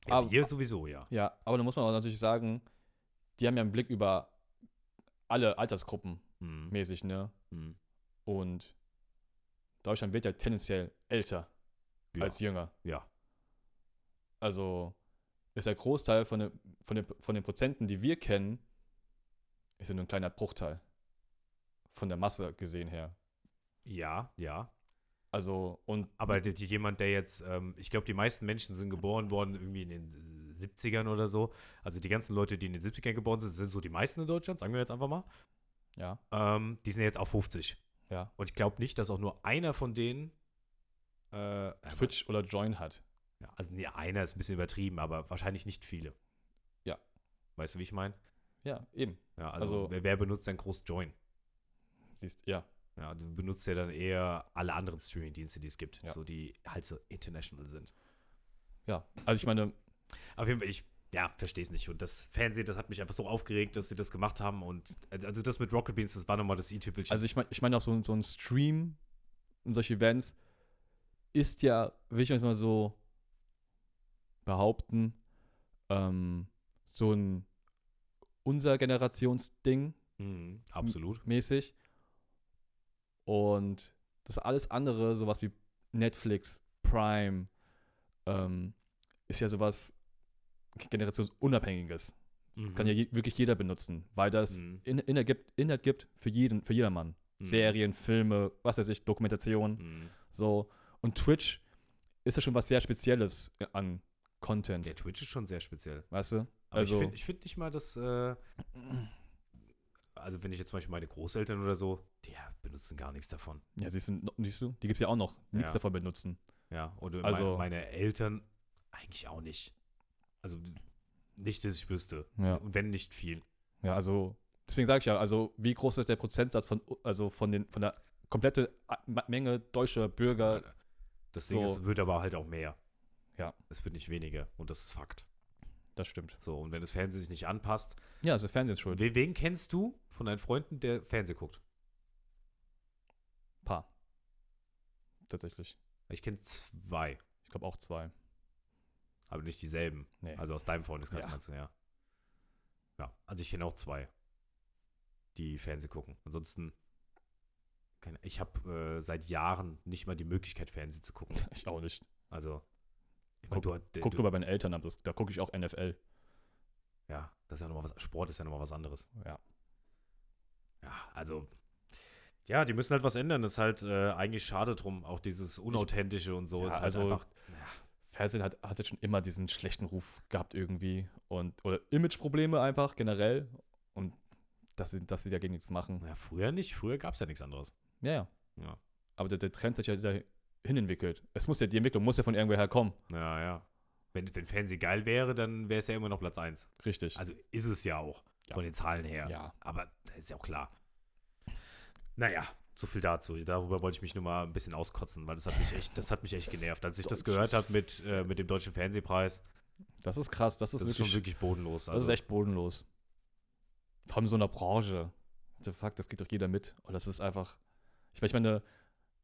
Ja,
Aber-
wir sowieso, ja.
Ja, aber da muss man auch natürlich sagen, die haben ja einen Blick über alle Altersgruppen
Hm,
mäßig, ne?
hm,
Und Deutschland wird ja tendenziell älter
ja.
als jünger.
ja.
Also ist der Großteil von, den- von, den, von den Prozenten, die wir kennen, ist ja nur ein kleiner Bruchteil von der Masse gesehen her.
Ja, ja.
Also, und
Aber die, die, jemand, der jetzt, ähm, ich glaube, die meisten Menschen sind geboren worden irgendwie in den 70ern oder so. Also die ganzen Leute, die in den 70ern geboren sind, sind so die meisten in Deutschland, sagen wir jetzt einfach mal.
ja,
Ähm, die sind jetzt auch 50.
Ja.
Und ich glaube nicht, dass auch nur einer von denen äh,
Twitch oder Join hat.
Ja, also nee, einer ist ein bisschen übertrieben, aber wahrscheinlich nicht viele.
Ja.
Weißt du, wie ich meine?
Ja, eben.
Ja, also,
Also-
wer, wer benutzt dann groß Join?
Siehst, ja,
Ja, du benutzt ja dann eher alle anderen Streaming-Dienste, die es gibt,
Ja.
so die halt so international sind.
ja. Also ich meine,
Auf jeden Fall, ich ja, verstehe es nicht. Und das Fernsehen, das hat mich einfach so aufgeregt, dass sie das gemacht haben. Und also das mit Rocket Beans, das war nochmal das i-Tüpfelchen.
Also ich meine ich mein auch so, ein- so ein Stream und solche Events ist ja, will ich jetzt mal so behaupten, ähm, so ein unser Generationsding
mhm, absolut.
mäßig. Und das alles andere, sowas wie Netflix, Prime, ähm, ist ja sowas generationsunabhängiges. Das
Mhm.
kann ja je, wirklich jeder benutzen, weil das
Mhm.
In, Inhalt, gibt, Inhalt gibt für jeden, für jedermann.
Mhm.
Serien, Filme, was weiß ich, Dokumentationen,
Mhm.
so. Und Twitch ist ja schon was sehr Spezielles an Content,
Der Twitch ist schon sehr speziell.
weißt du?
Aber
Also-
ich finde ich find nicht mal, dass. Äh, also, wenn ich jetzt zum Beispiel meine Großeltern oder so, die ja, benutzen gar nichts davon.
Ja, siehst du, siehst du die gibt es ja auch noch, die nichts
Ja.
davon benutzen.
Ja, und
Also-
meine, meine Eltern eigentlich auch nicht. Also, nicht, dass ich wüsste.
Ja.
Und wenn nicht viel.
Ja, also, deswegen sage ich ja, also, wie groß ist der Prozentsatz von, also von, den, von der kompletten Menge deutscher Bürger?
Das Ding
so.
ist, wird aber halt auch mehr.
Ja.
Es wird nicht weniger. Und das ist Fakt.
Das stimmt.
So, und wenn das Fernsehen sich nicht anpasst.
Ja, also Fernsehen ist schuld.
We wen kennst du von deinen Freunden, der Fernsehen guckt?
Paar. Tatsächlich.
Ich kenne zwei,
Ich glaube auch zwei.
aber nicht dieselben.
Nee.
Also aus deinem Freundeskreis
Ja.
meinst du, ja. Ja, also ich kenne auch zwei, die Fernsehen gucken. Ansonsten, keine, ich habe äh, seit Jahren nicht mal die Möglichkeit, Fernsehen zu gucken.
ich auch nicht.
Also, ich
Guck-
mein, du, hat-
Guck
du,
nur bei meinen Eltern, aber das, da gucke ich auch NFL.
ja, das ist ja noch mal was, Sport ist ja nochmal was anderes.
Ja.
Ja, also, ja, die müssen halt was ändern. Das ist halt äh, eigentlich schade drum. Auch dieses Unauthentische und so
Ja,
ist halt
also-
einfach,
Fernsehen hat, hatte schon immer diesen schlechten Ruf gehabt irgendwie und oder Imageprobleme einfach generell und dass sie, dass sie dagegen nichts machen.
Na, früher nicht. Früher gab es ja nichts anderes.
Ja, ja.
Ja.
Aber der, der Trend sich ja dahin entwickelt. Es muss ja, die Entwicklung muss ja von irgendwoher kommen.
Ja, ja. Wenn, wenn Fernsehen geil wäre, dann wäre es ja immer noch Platz 1.
Richtig.
Also ist es ja auch. Von den Zahlen her.
ja.
Aber das ist ja auch klar. Naja, so viel dazu. Darüber wollte ich mich nur mal ein bisschen auskotzen, weil das hat mich echt, das hat mich echt genervt. Als ich das gehört habe mit, äh, mit dem Deutschen Fernsehpreis,
Das ist krass. Das ist,
das ist
wirklich,
schon wirklich bodenlos.
das
Also,
ist echt bodenlos. Vor allem so in der Branche. What the fuck, das kriegt doch jeder mit. Und das ist einfach. Ich, mein, ich meine,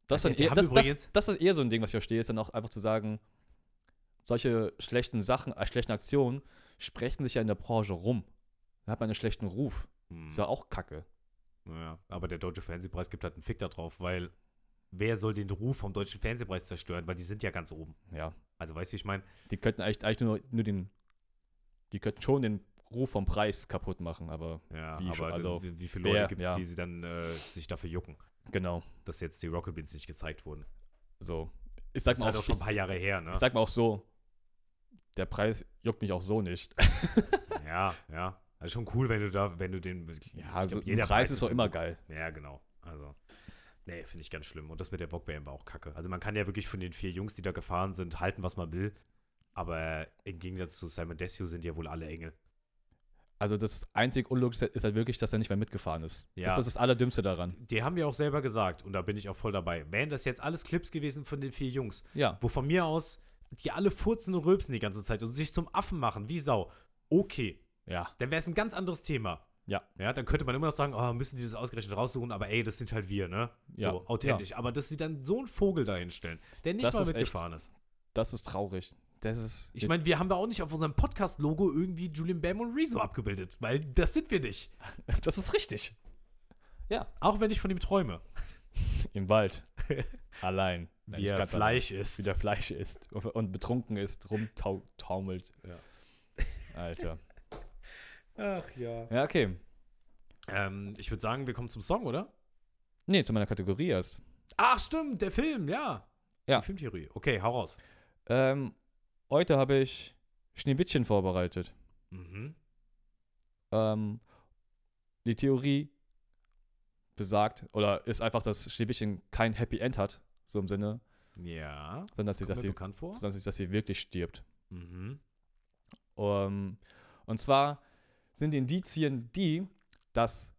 das,
Ja,
dann
die
eher,
haben
das, das,
übrigens-
das ist eher so ein Ding, was ich verstehe, ist dann auch einfach zu sagen, solche schlechten Sachen, äh, schlechten Aktionen sprechen sich ja in der Branche rum. Dann hat man einen schlechten Ruf.
hm,
Ist ja auch Kacke.
naja. Aber der Deutsche Fernsehpreis gibt halt einen Fick da drauf, weil wer soll den Ruf vom Deutschen Fernsehpreis zerstören? Weil die sind ja ganz oben.
Ja.
Also weißt du, wie ich meine?
Die könnten eigentlich, eigentlich nur, nur den. Die könnten schon den Ruf vom Preis kaputt machen, aber
Ja,
Wie schon-
aber
also
also, wie, wie viele
wer-
Leute gibt es,
ja.
die sie dann äh, sich dafür jucken,
genau.
dass jetzt die Rocket Beans nicht gezeigt wurden?
So. Ich
Das
sag,
ist
mal
halt
auch,
auch schon ein
ich,
paar Jahre her, ne?
ich sag mal auch so, der Preis juckt mich auch so nicht.
Ja, ja. Also schon cool, wenn du da, wenn du den. ich
Ja,
glaub,
also der Preis ist doch
gut.
immer geil.
Ja, genau. Also. Nee, finde ich ganz schlimm. Und das mit der Bock-WM war auch kacke. Also man kann ja wirklich von den vier Jungs, die da gefahren sind, halten, was man will. Aber im Gegensatz zu Simon Desio sind die ja wohl alle Engel.
Also das ist einzig Unlogische ist halt wirklich, dass er nicht mehr mitgefahren ist.
Ja.
Das ist das Allerdümmste daran.
Die haben ja auch selber gesagt, und da bin ich auch voll dabei, wären das jetzt alles Clips gewesen von den vier Jungs,
Ja.
wo von mir aus die alle furzen und rülpsen die ganze Zeit und sich zum Affen machen, wie Sau. Okay,
Ja.
dann wäre es ein ganz anderes Thema.
Ja.
Ja, dann könnte man immer noch sagen, oh, müssen die das ausgerechnet raussuchen, aber ey, das sind halt wir, ne?
Ja.
So, authentisch. Aber dass sie dann so einen Vogel dahinstellen, der nicht
Das
mal
ist echt-
mitgefahren ist.
Das ist traurig. Das ist.
Ich meine, wir haben da auch nicht auf unserem Podcast-Logo irgendwie Julian Bam und Rezo abgebildet, weil das sind wir nicht.
das ist richtig. Ja.
Auch wenn ich von ihm träume,
Im Wald. allein. Nein,
wie
nicht
er
ganz allein.
Fleisch ist.
Wie der Fleisch ist. Und, und betrunken ist, rumtaumelt.
Ja.
Alter.
Ach ja.
Ja, okay.
Ähm, ich würde sagen, wir kommen zum Song, oder?
Nee, zu meiner Kategorie erst.
Ach, stimmt, der Film, ja.
Ja.
Die Filmtheorie. Okay, hau raus.
Ähm, heute habe ich Schneewittchen vorbereitet.
Mhm.
Ähm, die Theorie besagt, oder ist einfach, dass Schneewittchen kein Happy End hat, so im Sinne,
Ja.
sondern dass sie,
Kommt
dass
mir
sie,
bekannt vor?
sondern dass sie wirklich stirbt.
Mhm.
Ähm, und zwar sind die Indizien die, dass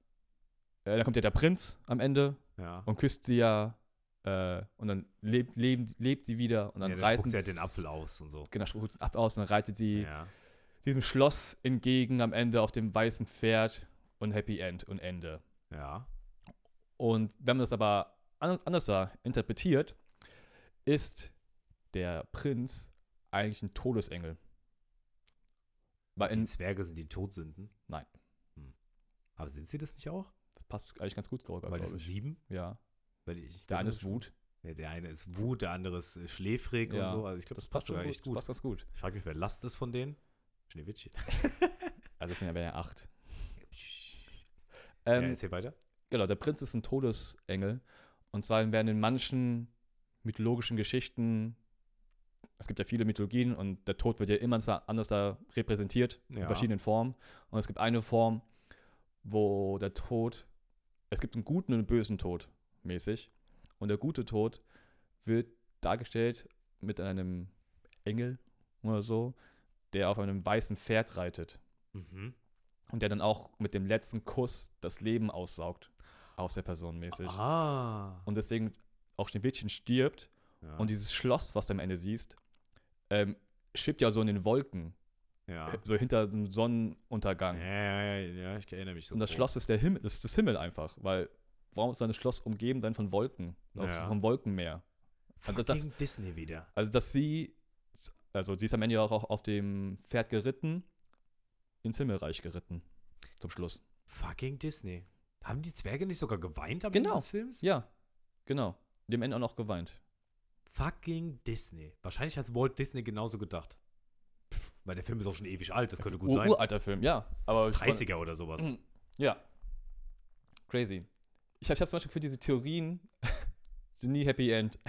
äh, da kommt ja der Prinz am Ende
Ja.
und küsst sie ja äh, und dann lebt, lebt, lebt sie wieder und dann
ja, dann
reiten
spuckt sie halt den Apfel aus und so.
Genau, spuckt den Apfel aus und dann reitet sie
Ja.
diesem Schloss entgegen am Ende auf dem weißen Pferd und Happy End und Ende.
Ja.
Und wenn man das aber an- anders sah, interpretiert, ist der Prinz eigentlich ein Todesengel. Weil
Die
in,
Zwerge sind die Todsünden?
Nein.
Hm. Aber sind sie das nicht auch?
das passt eigentlich ganz gut, glaube
Weil das sind
ich.
sieben?
Ja,
Weil ich, ich
der
glaub,
eine
das
ist Wut.
Ja, der eine ist Wut, der andere ist äh, schläfrig
Ja.
und so. Also ich glaube, das, passt sogar echt gut.
Passt ganz gut.
Ich frage mich, wer Last ist von denen? Schneewittchen.
Also das sind ja, wären ja acht.
ja,
Ähm,
erzähl weiter.
genau, der Prinz ist ein Todesengel. Und zwar werden in manchen mythologischen Geschichten, es gibt ja viele Mythologien und der Tod wird ja immer sa- anders da repräsentiert, in
Ja.
verschiedenen Formen. Und es gibt eine Form, wo der Tod, es gibt einen guten und einen bösen Tod, mäßig. Und der gute Tod wird dargestellt mit einem Engel oder so, der auf einem weißen Pferd reitet
Mhm.
und der dann auch mit dem letzten Kuss das Leben aussaugt aus der Person mäßig.
Ah.
Und deswegen auch Schneewittchen stirbt
Ja.
und dieses Schloss, was du am Ende siehst, ähm, schwebt ja so in den Wolken,
ja.
h- so hinter dem
Ja,
Sonnenuntergang.
ja, ja, ja, ich erinnere mich so.
und das
grob.
Schloss ist der Himmel, das ist das Himmel einfach, weil warum ist dann das Schloss umgeben dann von Wolken, auch
Ja.
vom Wolkenmeer? also das-
Fucking Disney wieder.
Also, dass sie, also sie ist am Ende auch auch auf dem Pferd geritten, ins Himmelreich geritten, zum Schluss.
Fucking Disney. Haben die Zwerge nicht sogar geweint am
Genau.
Ende des Films?
Ja, genau. Dem Ende auch noch geweint.
Fucking Disney. Wahrscheinlich hat Walt Disney genauso gedacht. Weil der Film ist auch schon ewig alt, das könnte gut
Ur-
sein.
Uralter Film, ja. Aber ich fand-
30er oder sowas.
Mhm. Ja. Crazy. Ich habe hab zum Beispiel für diese Theorien sind nie Happy End.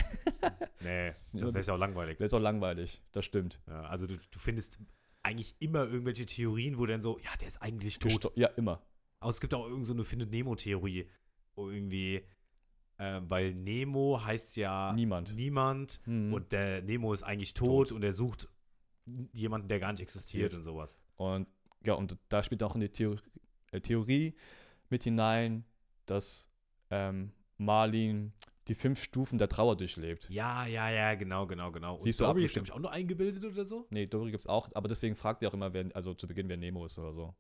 Nee, das
Ja,
wäre ja auch langweilig.
Das ist auch langweilig. Das stimmt.
Ja, also du, du findest eigentlich immer irgendwelche Theorien, wo dann so, ja, der ist eigentlich tot.
Gesto- Ja, immer.
Aber es gibt auch irgend so eine Findet Nemo-Theorie. wo Irgendwie, äh, weil Nemo heißt ja
Niemand.
niemand
Mhm.
Ah. und der Nemo ist eigentlich tot, und er sucht jemanden, der gar nicht existiert
Existiert.
und sowas.
Und ja, und da spielt auch in die Theorie, äh, Theorie mit hinein, dass ähm, Marlin die fünf Stufen der Trauer durchlebt.
Ja, ja, ja, genau, genau, genau.
Siehst du
Dory ist, glaube
abgestimmt.
ich, auch nur eingebildet oder so?
Nee, Dory gibt's auch, aber deswegen fragt ihr auch immer, wer, also zu Beginn, wer Nemo ist oder so.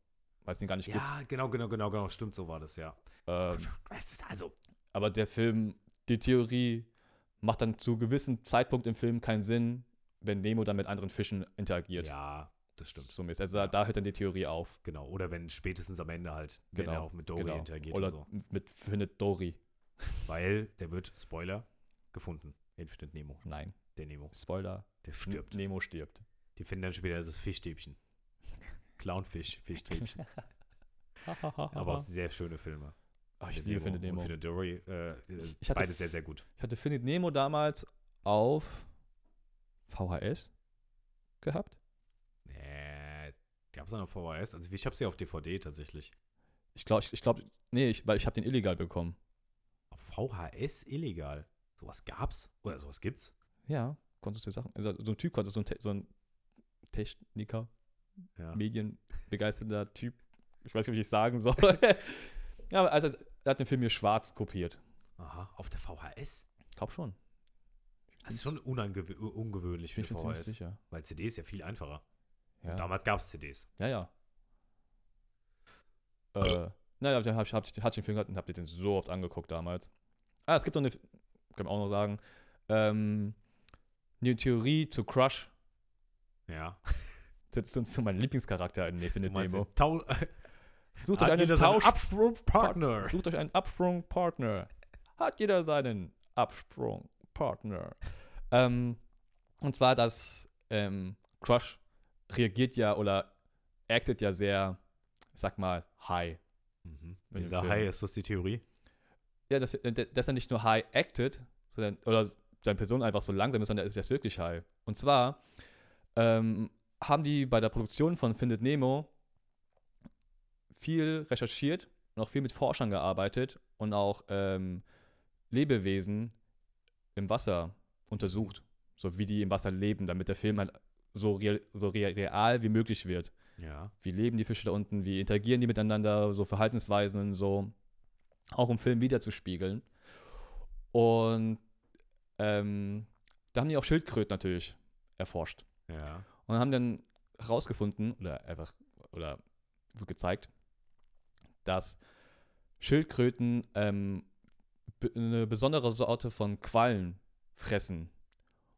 Weil es ihn gar nicht gibt.
Ja, genau, genau, genau, genau. Stimmt, so war das, ja.
Ähm,
Es ist also,
aber der Film, die Theorie macht dann zu gewissem Zeitpunkt im Film keinen Sinn, wenn Nemo dann mit anderen Fischen interagiert.
ja, das stimmt.
So mäßig. Also da, da hört dann die Theorie auf.
Genau. Oder wenn spätestens am Ende halt, wenn er auch mit Dory
genau.
interagiert
Oder
und so.
mit findet Dory.
Weil der wird, Spoiler, gefunden. Den findet Nemo.
Nein,
Der Nemo.
Spoiler.
Der stirbt.
Nemo stirbt.
Die finden dann später das Fischstäbchen. Clownfisch, Fischstäbchen. Aber auch sehr schöne Filme.
Ach, ich liebe Findet Nemo.
Und Findet Dory. Äh, äh,
Ich hatte
beides
f-
sehr, sehr gut.
Ich hatte Findet Nemo damals auf VHS gehabt.
Äh, gab es noch VHS? Also ich habe sie auf DVD tatsächlich.
Ich glaube, ich, ich glaube, nee, ich, weil ich habe den illegal bekommen.
Auf VHS illegal. Sowas gab's? Oder sowas gibt's?
Ja, konntest du Sachen. Also so ein Typ konnte, so ein, Te so ein Techniker,
Ja.
medienbegeisterter Typ. Ich weiß nicht, wie ich sagen soll. ja, aber also, er hat den Film hier schwarz kopiert.
Aha, auf der VHS?
Ich glaube schon.
Das ist schon unange- ungewöhnlich für
Ich bin
eine
mir
VHS.
ziemlich sicher.
Weil CD ist ja viel einfacher.
Ja,
Damals gab es CDs.
ja. ja. Äh, naja, dann hab ich, hab ich, hatte ich den Film gehabt und hab den so oft angeguckt damals. Ah, es gibt noch eine, kann man auch noch sagen, ähm, eine Theorie zu Crush.
Ja.
Das ist so mein Lieblingscharakter in Nee,
Du
findet
meinst,
Nemo.
Tau
Sucht euch
hat
einen
jeder seinen
Tausch
Absprungpartner.
Sucht euch einen Absprungpartner. Hat jeder seinen Absprungpartner. Ähm, und zwar, dass ähm, Crush reagiert ja oder actet ja sehr, ich sag mal, high.
Mhm.
In dem
Dieser
Film.
Hai, ist das die Theorie?
Ja, dass, äh, dass er nicht nur high acted, sondern, oder seine Person einfach so langsam ist, sondern er ist jetzt wirklich high. Und zwar ähm, haben die bei der Produktion von Findet Nemo viel recherchiert und auch viel mit Forschern gearbeitet und auch ähm, Lebewesen im Wasser untersucht, so wie die im Wasser leben, damit der Film halt so real, so rea- real wie möglich wird
Ja.
wie leben die Fische da unten, wie interagieren die miteinander, so Verhaltensweisen und so, auch im Film wiederzuspiegeln. Und ähm, da haben die auch Schildkröten natürlich erforscht.
Ja.
Und haben dann herausgefunden, oder einfach, oder wird gezeigt, dass Schildkröten ähm, be- eine besondere Sorte von Quallen fressen.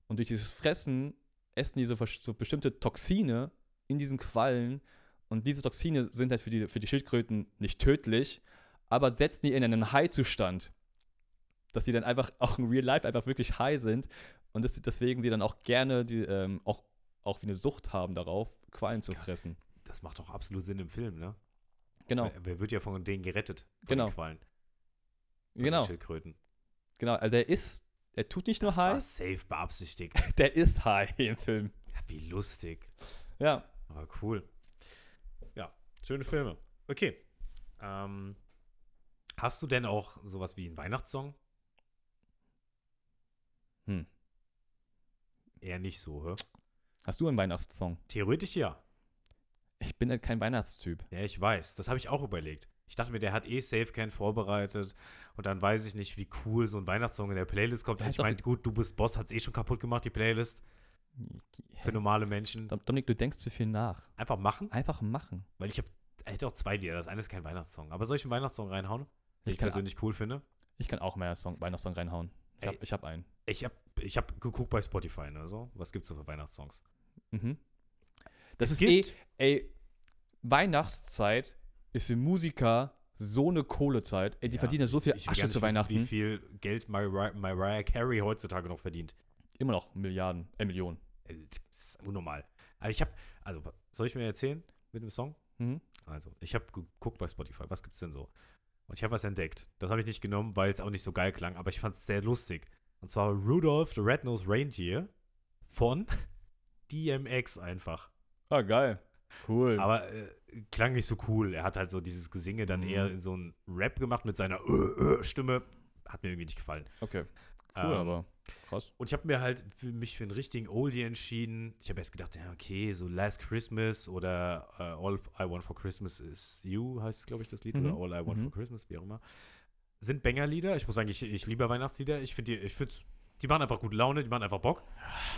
Und durch dieses Fressen essen die so, vers- so bestimmte Toxine in diesen Quallen. Und diese Toxine sind halt für die, für die Schildkröten nicht tödlich, aber setzen die in einen High-Zustand. Dass die dann einfach auch in Real Life einfach wirklich high sind. Und das, deswegen sie dann auch gerne die, ähm, auch, auch wie eine Sucht haben darauf, Quallen zu fressen.
Das macht doch absolut Sinn im Film, ne?
Genau,
Wer, wer wird ja von denen gerettet? Von
Genau.
Den Quallen, von den
genau,
Schildkröten.
genau. Also er ist, er tut nicht nur
Das war
high,
safe beabsichtigt.
der ist high im Film.
ja, wie lustig.
Ja.
Aber cool. Ja, schöne Filme. Okay. Ähm, hast du denn auch sowas wie einen Weihnachtssong?
Hm.
Eher nicht so, hä?
Hast du einen Weihnachtssong?
Theoretisch ja.
Ich bin halt kein Weihnachtstyp.
Ja, ich weiß. Das habe ich auch überlegt. Ich dachte mir, der hat eh Safe Can vorbereitet und dann weiß ich nicht, wie cool so ein Weihnachtssong in der Playlist kommt.
Ja,
Also
ist
ich
doch-
meine, gut, du bist Boss, hat's eh schon kaputt gemacht, die Playlist. Für normale Menschen.
Dom- Dominik, du denkst zu viel nach.
Einfach machen,
Einfach machen.
weil ich hab, hätte auch zwei Lieder. Das eine ist kein Weihnachtssong. Aber soll ich einen Weihnachtssong reinhauen? Den
Ich
ich,
kann-
persönlich cool finde.
Ich kann auch meinen Song, Weihnachtssong reinhauen. Ich
Ey.
habe ich hab einen.
Ich habe ich hab geguckt bei Spotify, ne? So, was gibt's so für Weihnachtssongs?
Mhm. Das
Es
ist eh,
gibt-
ey, Weihnachtszeit ist für Musiker so eine Kohlezeit. Ey, die
Ja,
verdienen ja so viel
Ich will gar
Asche
nicht
zu
wissen,
Weihnachten.
Wie viel Geld Mariah, Mariah Carey heutzutage noch verdient.
Immer noch Milliarden, äh, Millionen.
Äh, Das ist unnormal. Aber ich habe, also, soll ich mir erzählen mit dem Song?
Mhm.
Also, ich habe geguckt bei Spotify, was gibt's denn so? Und ich habe was entdeckt. Das habe ich nicht genommen, weil es auch nicht so geil klang, aber ich fand es sehr lustig. Und zwar Rudolph the Red-Nosed Reindeer von DMX einfach.
Ah, geil. Cool.
Aber äh, klang nicht so cool. Er hat halt so dieses Gesinge dann
Mhm.
eher in so einen Rap gemacht mit seiner äh, äh, Stimme. Hat mir irgendwie nicht gefallen.
Okay. Cool,
Ähm,
aber krass.
Und ich habe mir halt für mich für einen richtigen Oldie entschieden. Ich habe erst gedacht, ja, okay, so Last Christmas oder äh, All I Want for Christmas is You heißt es, glaube ich, das Lied.
Mhm.
Oder All I Want
Mhm.
for Christmas, wie auch immer. Sind Banger-Lieder. Ich muss sagen, ich, ich liebe Weihnachtslieder. Ich finde, die, ich find's, die machen einfach gute Laune, die machen einfach Bock.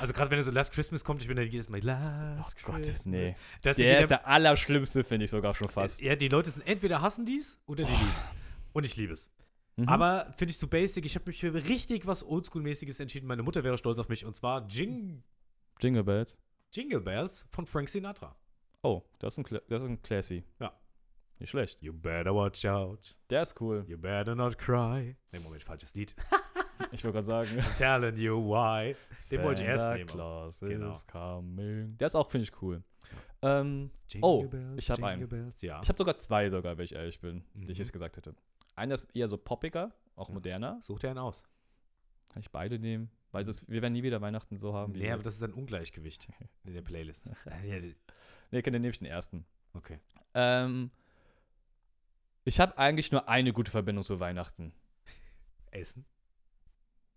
Also gerade wenn da so Last Christmas kommt, ich bin da jedes Mal Last
Oh Gottes,
Christmas.
nee.
Das sind
Der
die-
ist der Allerschlimmste, finde ich sogar schon fast.
Äh, Ja, die Leute sind entweder hassen dies oder die lieb's. Und ich liebe es.
Oh. Mhm.
Aber finde ich zu basic. Ich habe mich für richtig was Oldschool-mäßiges entschieden. Meine Mutter wäre stolz auf mich. Und zwar Jing
Jingle Bells.
Jingle Bells von Frank Sinatra.
Oh, das ist, ein, Cla- das ist ein Classy.
Ja.
Nicht schlecht.
You better watch out.
Der ist cool.
You better not cry. Nee, Moment, falsches Lied.
Ich wollte gerade sagen.
I'm telling you why. Den wollte ich erst
Santa
nehmen.
Claus
Genau.
is coming. Der ist auch, finde ich, cool. Ähm,
Jingle
Oh, ich hab
Jingle
einen.
Bells. Ja.
ich habe sogar zwei sogar, wenn ich ehrlich bin, die ich
Mhm.
jetzt gesagt hätte. Einer ist eher so poppiger, auch
Ja.
moderner.
Such dir einen aus.
Kann ich beide nehmen? Weil das, wir werden nie wieder Weihnachten so haben wie
Nee, aber
jetzt.
das ist ein Ungleichgewicht in der Playlist.
Nee, okay, dann nehme ich den ersten.
Okay.
Ähm, ich habe eigentlich nur eine gute Verbindung zu Weihnachten.
Essen.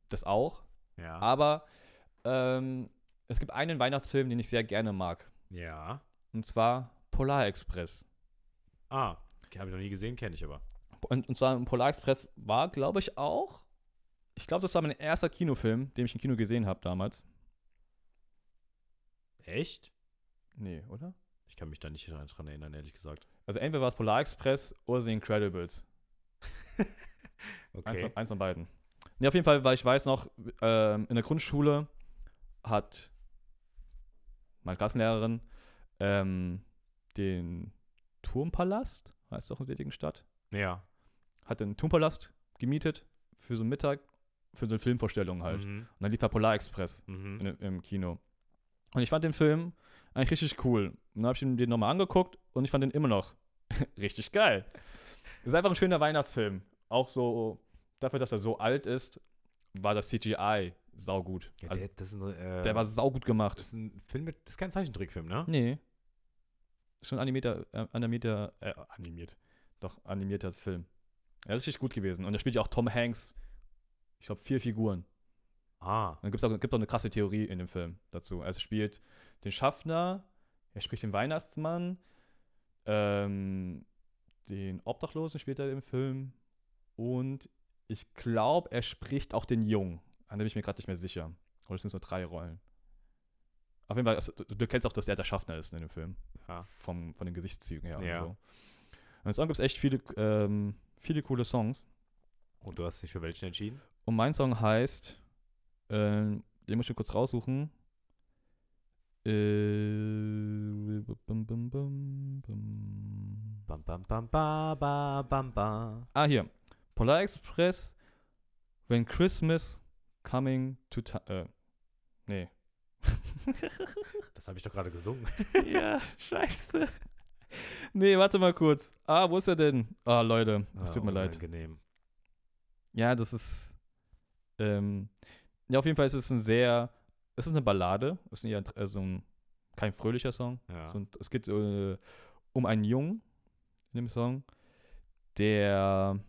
Das auch.
Ja.
Aber ähm, es gibt einen Weihnachtsfilm, den ich sehr gerne mag.
Ja.
Und zwar Polar Express.
Ah, habe ich noch nie gesehen, kenne ich aber.
Und, und zwar im Polar Express war, glaube ich, auch. Ich glaube, das war mein erster Kinofilm, den ich im Kino gesehen habe damals.
Echt?
Nee, oder?
Ich kann mich da nicht dran erinnern, ehrlich gesagt.
Also entweder war es Polar Express oder The Incredibles. Eins,
Okay.
von- eins von beiden. Nee, auf jeden Fall, weil ich weiß noch, ähm, in der Grundschule hat meine Klassenlehrerin ähm, den Turmpalast, heißt doch in der Stadt,
Ja.
hat den Turmpalast gemietet für so einen Mittag, für so eine Filmvorstellung halt.
Mhm.
Und dann lief da Polar Express.
Mhm.
in, im Kino. Und ich fand den Film eigentlich richtig cool. Und dann habe ich ihn- den nochmal angeguckt und ich fand den immer noch richtig geil. Ist einfach ein schöner Weihnachtsfilm. Auch so, dafür, dass er so alt ist, war das CGI saugut.
Ja,
also,
der, das ist ein, äh,
der, war saugut gemacht.
das ist ein Film mit, das ist kein Zeichentrickfilm, ne?
nee. Schon animierter, äh, animierter, äh, animiert. Doch, animierter Film. Ja, richtig gut gewesen. Und da spielt ja auch Tom Hanks, ich glaube, vier Figuren.
Ah,
Und dann gibt es auch, gibt's auch eine krasse Theorie in dem Film dazu. Also er spielt den Schaffner, er spricht den Weihnachtsmann, ähm, den Obdachlosen spielt er im Film und ich glaube, er spricht auch den Jungen. An dem bin ich mir gerade nicht mehr sicher. Oder es sind nur drei Rollen. Auf jeden Fall, also, du, du kennst auch, dass er der Schaffner ist in dem Film.
Ja.
Vom, von den Gesichtszügen her.
Ja.
Und, so. und sonst gibt es echt viele, ähm, viele coole Songs.
und du hast dich für welchen entschieden?
Und mein Song heißt, ähm, den muss ich kurz raussuchen. Äh, bum, bum, bum, bum.
Bam, bam, bam, ba, ba, bam, ba.
Ah, hier. Polar Express, When Christmas Coming to Town. Äh, nee.
Das habe ich doch gerade gesungen.
ja, scheiße. Nee, warte mal kurz. Ah, wo ist er denn? Ah, Leute, es tut mir leid.
Angenehm.
Ja, das ist. Ähm, ja, auf jeden Fall ist es ein sehr. Es ist eine Ballade. Es ist eher ein- äh, so ein, kein fröhlicher Song.
Ja.
So ein, es geht äh, um einen Jungen in dem Song, der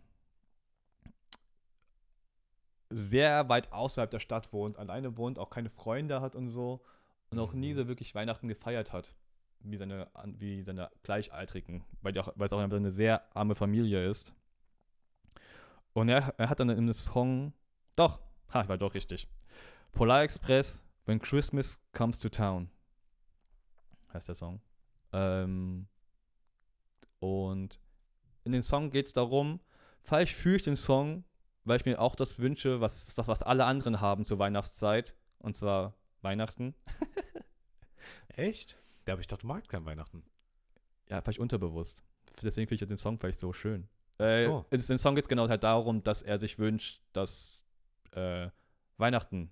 sehr weit außerhalb der Stadt wohnt, alleine wohnt, auch keine Freunde hat und so und auch nie
Mhm.
so wirklich Weihnachten gefeiert hat, wie seine, an- wie seine Gleichaltrigen, weil, die auch, weil es auch eine sehr arme Familie ist. Und er, er hat dann in dem Song, doch, ha, ich war doch richtig. Polar Express, When Christmas Comes to Town, heißt der Song. Ähm, und in dem Song geht es darum, vielleicht fühle ich den Song, weil ich mir auch das wünsche, was, das, was alle anderen haben zur Weihnachtszeit, und zwar Weihnachten.
Echt? Da habe ich doch, du magst kein Weihnachten.
ja, vielleicht unterbewusst. Deswegen finde ich den Song vielleicht so schön. Äh,
so.
In dem Song geht es genau halt darum, dass er sich wünscht, dass äh, Weihnachten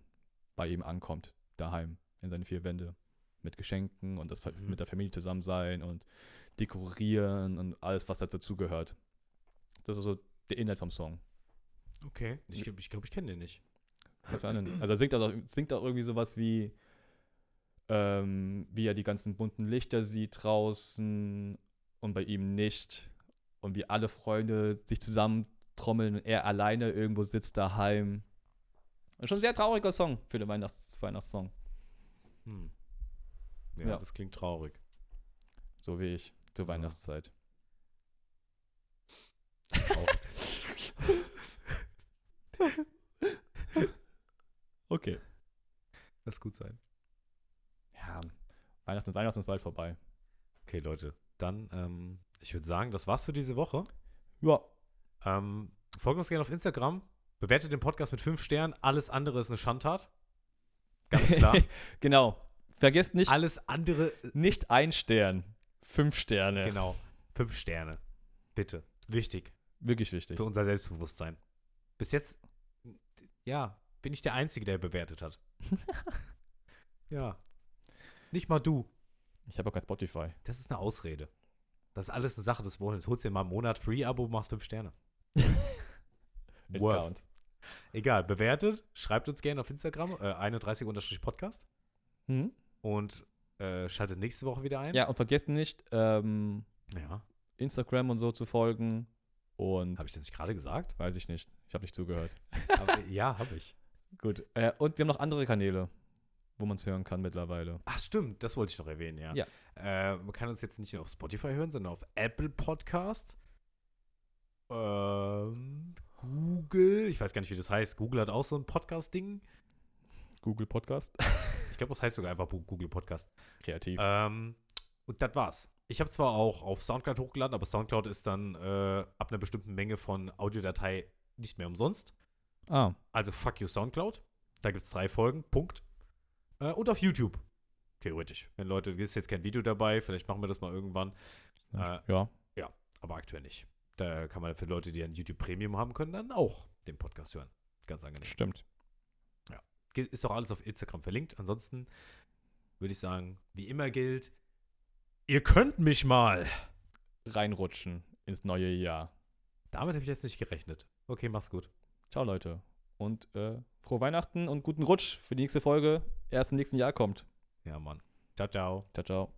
bei ihm ankommt, daheim, in seine vier Wände. Mit Geschenken und das Fa-
Mhm.
mit der Familie zusammen sein und dekorieren und alles, was dazu gehört. Das ist so der Inhalt vom Song.
Okay. Ich glaube, ich, glaub, ich kenne den nicht.
Was war denn? Also er singt auch, singt auch irgendwie sowas wie, ähm, wie er die ganzen bunten Lichter sieht draußen und bei ihm nicht. Und wie alle Freunde sich zusammentrommeln und er alleine irgendwo sitzt daheim. Und schon ein sehr trauriger Song für den Weihnachts Weihnachtssong.
Hm. Ja,
Ja.
das klingt traurig.
So wie ich zur
Ja.
Weihnachtszeit. okay.
Das gut sein.
Ja, Weihnachten, Weihnachten ist bald vorbei.
Okay, Leute, dann, ähm, ich würde sagen, das war's für diese Woche.
Ja.
Ähm, folgt uns gerne auf Instagram, bewertet den Podcast mit 5 Sternen, alles andere ist eine Schandtat. Ganz klar.
genau. Vergesst nicht,
alles andere, äh,
nicht ein Stern. Fünf Sterne.
genau, 5 Sterne. Bitte. Wichtig
Wirklich wichtig.
für unser Selbstbewusstsein. Bis jetzt, ja, bin ich der Einzige, der bewertet hat. ja. Nicht mal du.
Ich habe auch kein Spotify.
Das ist eine Ausrede. Das ist alles eine Sache des Wollens. Holst dir mal einen Monat Free-Abo, machst 5 Sterne.
It
Worth.
counts.
Egal, bewertet, schreibt uns gerne auf Instagram, äh, 31-podcast
Mhm.
und äh, schaltet nächste Woche wieder ein.
Ja, und vergesst nicht, ähm,
ja.
Instagram und so zu folgen. Und
Habe ich das nicht gerade gesagt?
weiß ich nicht. Ich habe nicht zugehört.
Aber, ja, habe ich.
Gut. Äh, und wir haben noch andere Kanäle, wo man es hören kann mittlerweile.
Ach stimmt, das wollte ich noch erwähnen, ja.
Ja.
Äh, man kann uns jetzt nicht nur auf Spotify hören, sondern auf Apple Podcast. Ähm, Google, ich weiß gar nicht, wie das heißt. Google hat auch so ein Podcast-Ding.
Google Podcast.
Ich glaube, das heißt sogar einfach Google Podcast.
Kreativ.
Ähm, und das war's. Ich habe zwar auch auf Soundcloud hochgeladen, aber Soundcloud ist dann äh, ab einer bestimmten Menge von Audiodatei nicht mehr umsonst.
ah,
Also fuck you Soundcloud. Da gibt's drei Folgen. Punkt. Äh, und auf YouTube. Theoretisch. Wenn Leute, ist jetzt kein Video dabei, vielleicht machen wir das mal irgendwann, äh,
ja.
aber aktuell nicht. Da kann man für Leute, die ein YouTube Premium haben können, dann auch den Podcast hören. Ganz angenehm.
Stimmt.
Ge- Ist doch alles auf Instagram verlinkt. Ansonsten würde ich sagen, wie immer gilt, ihr könnt mich mal.
Reinrutschen ins neue Jahr.
Damit habe ich jetzt nicht gerechnet. Okay, mach's gut.
Ciao, Leute. Und äh, frohe Weihnachten und guten Rutsch für die nächste Folge. Erst im nächsten Jahr kommt.
Ja, Mann. Ciao, ciao.
Ciao, ciao.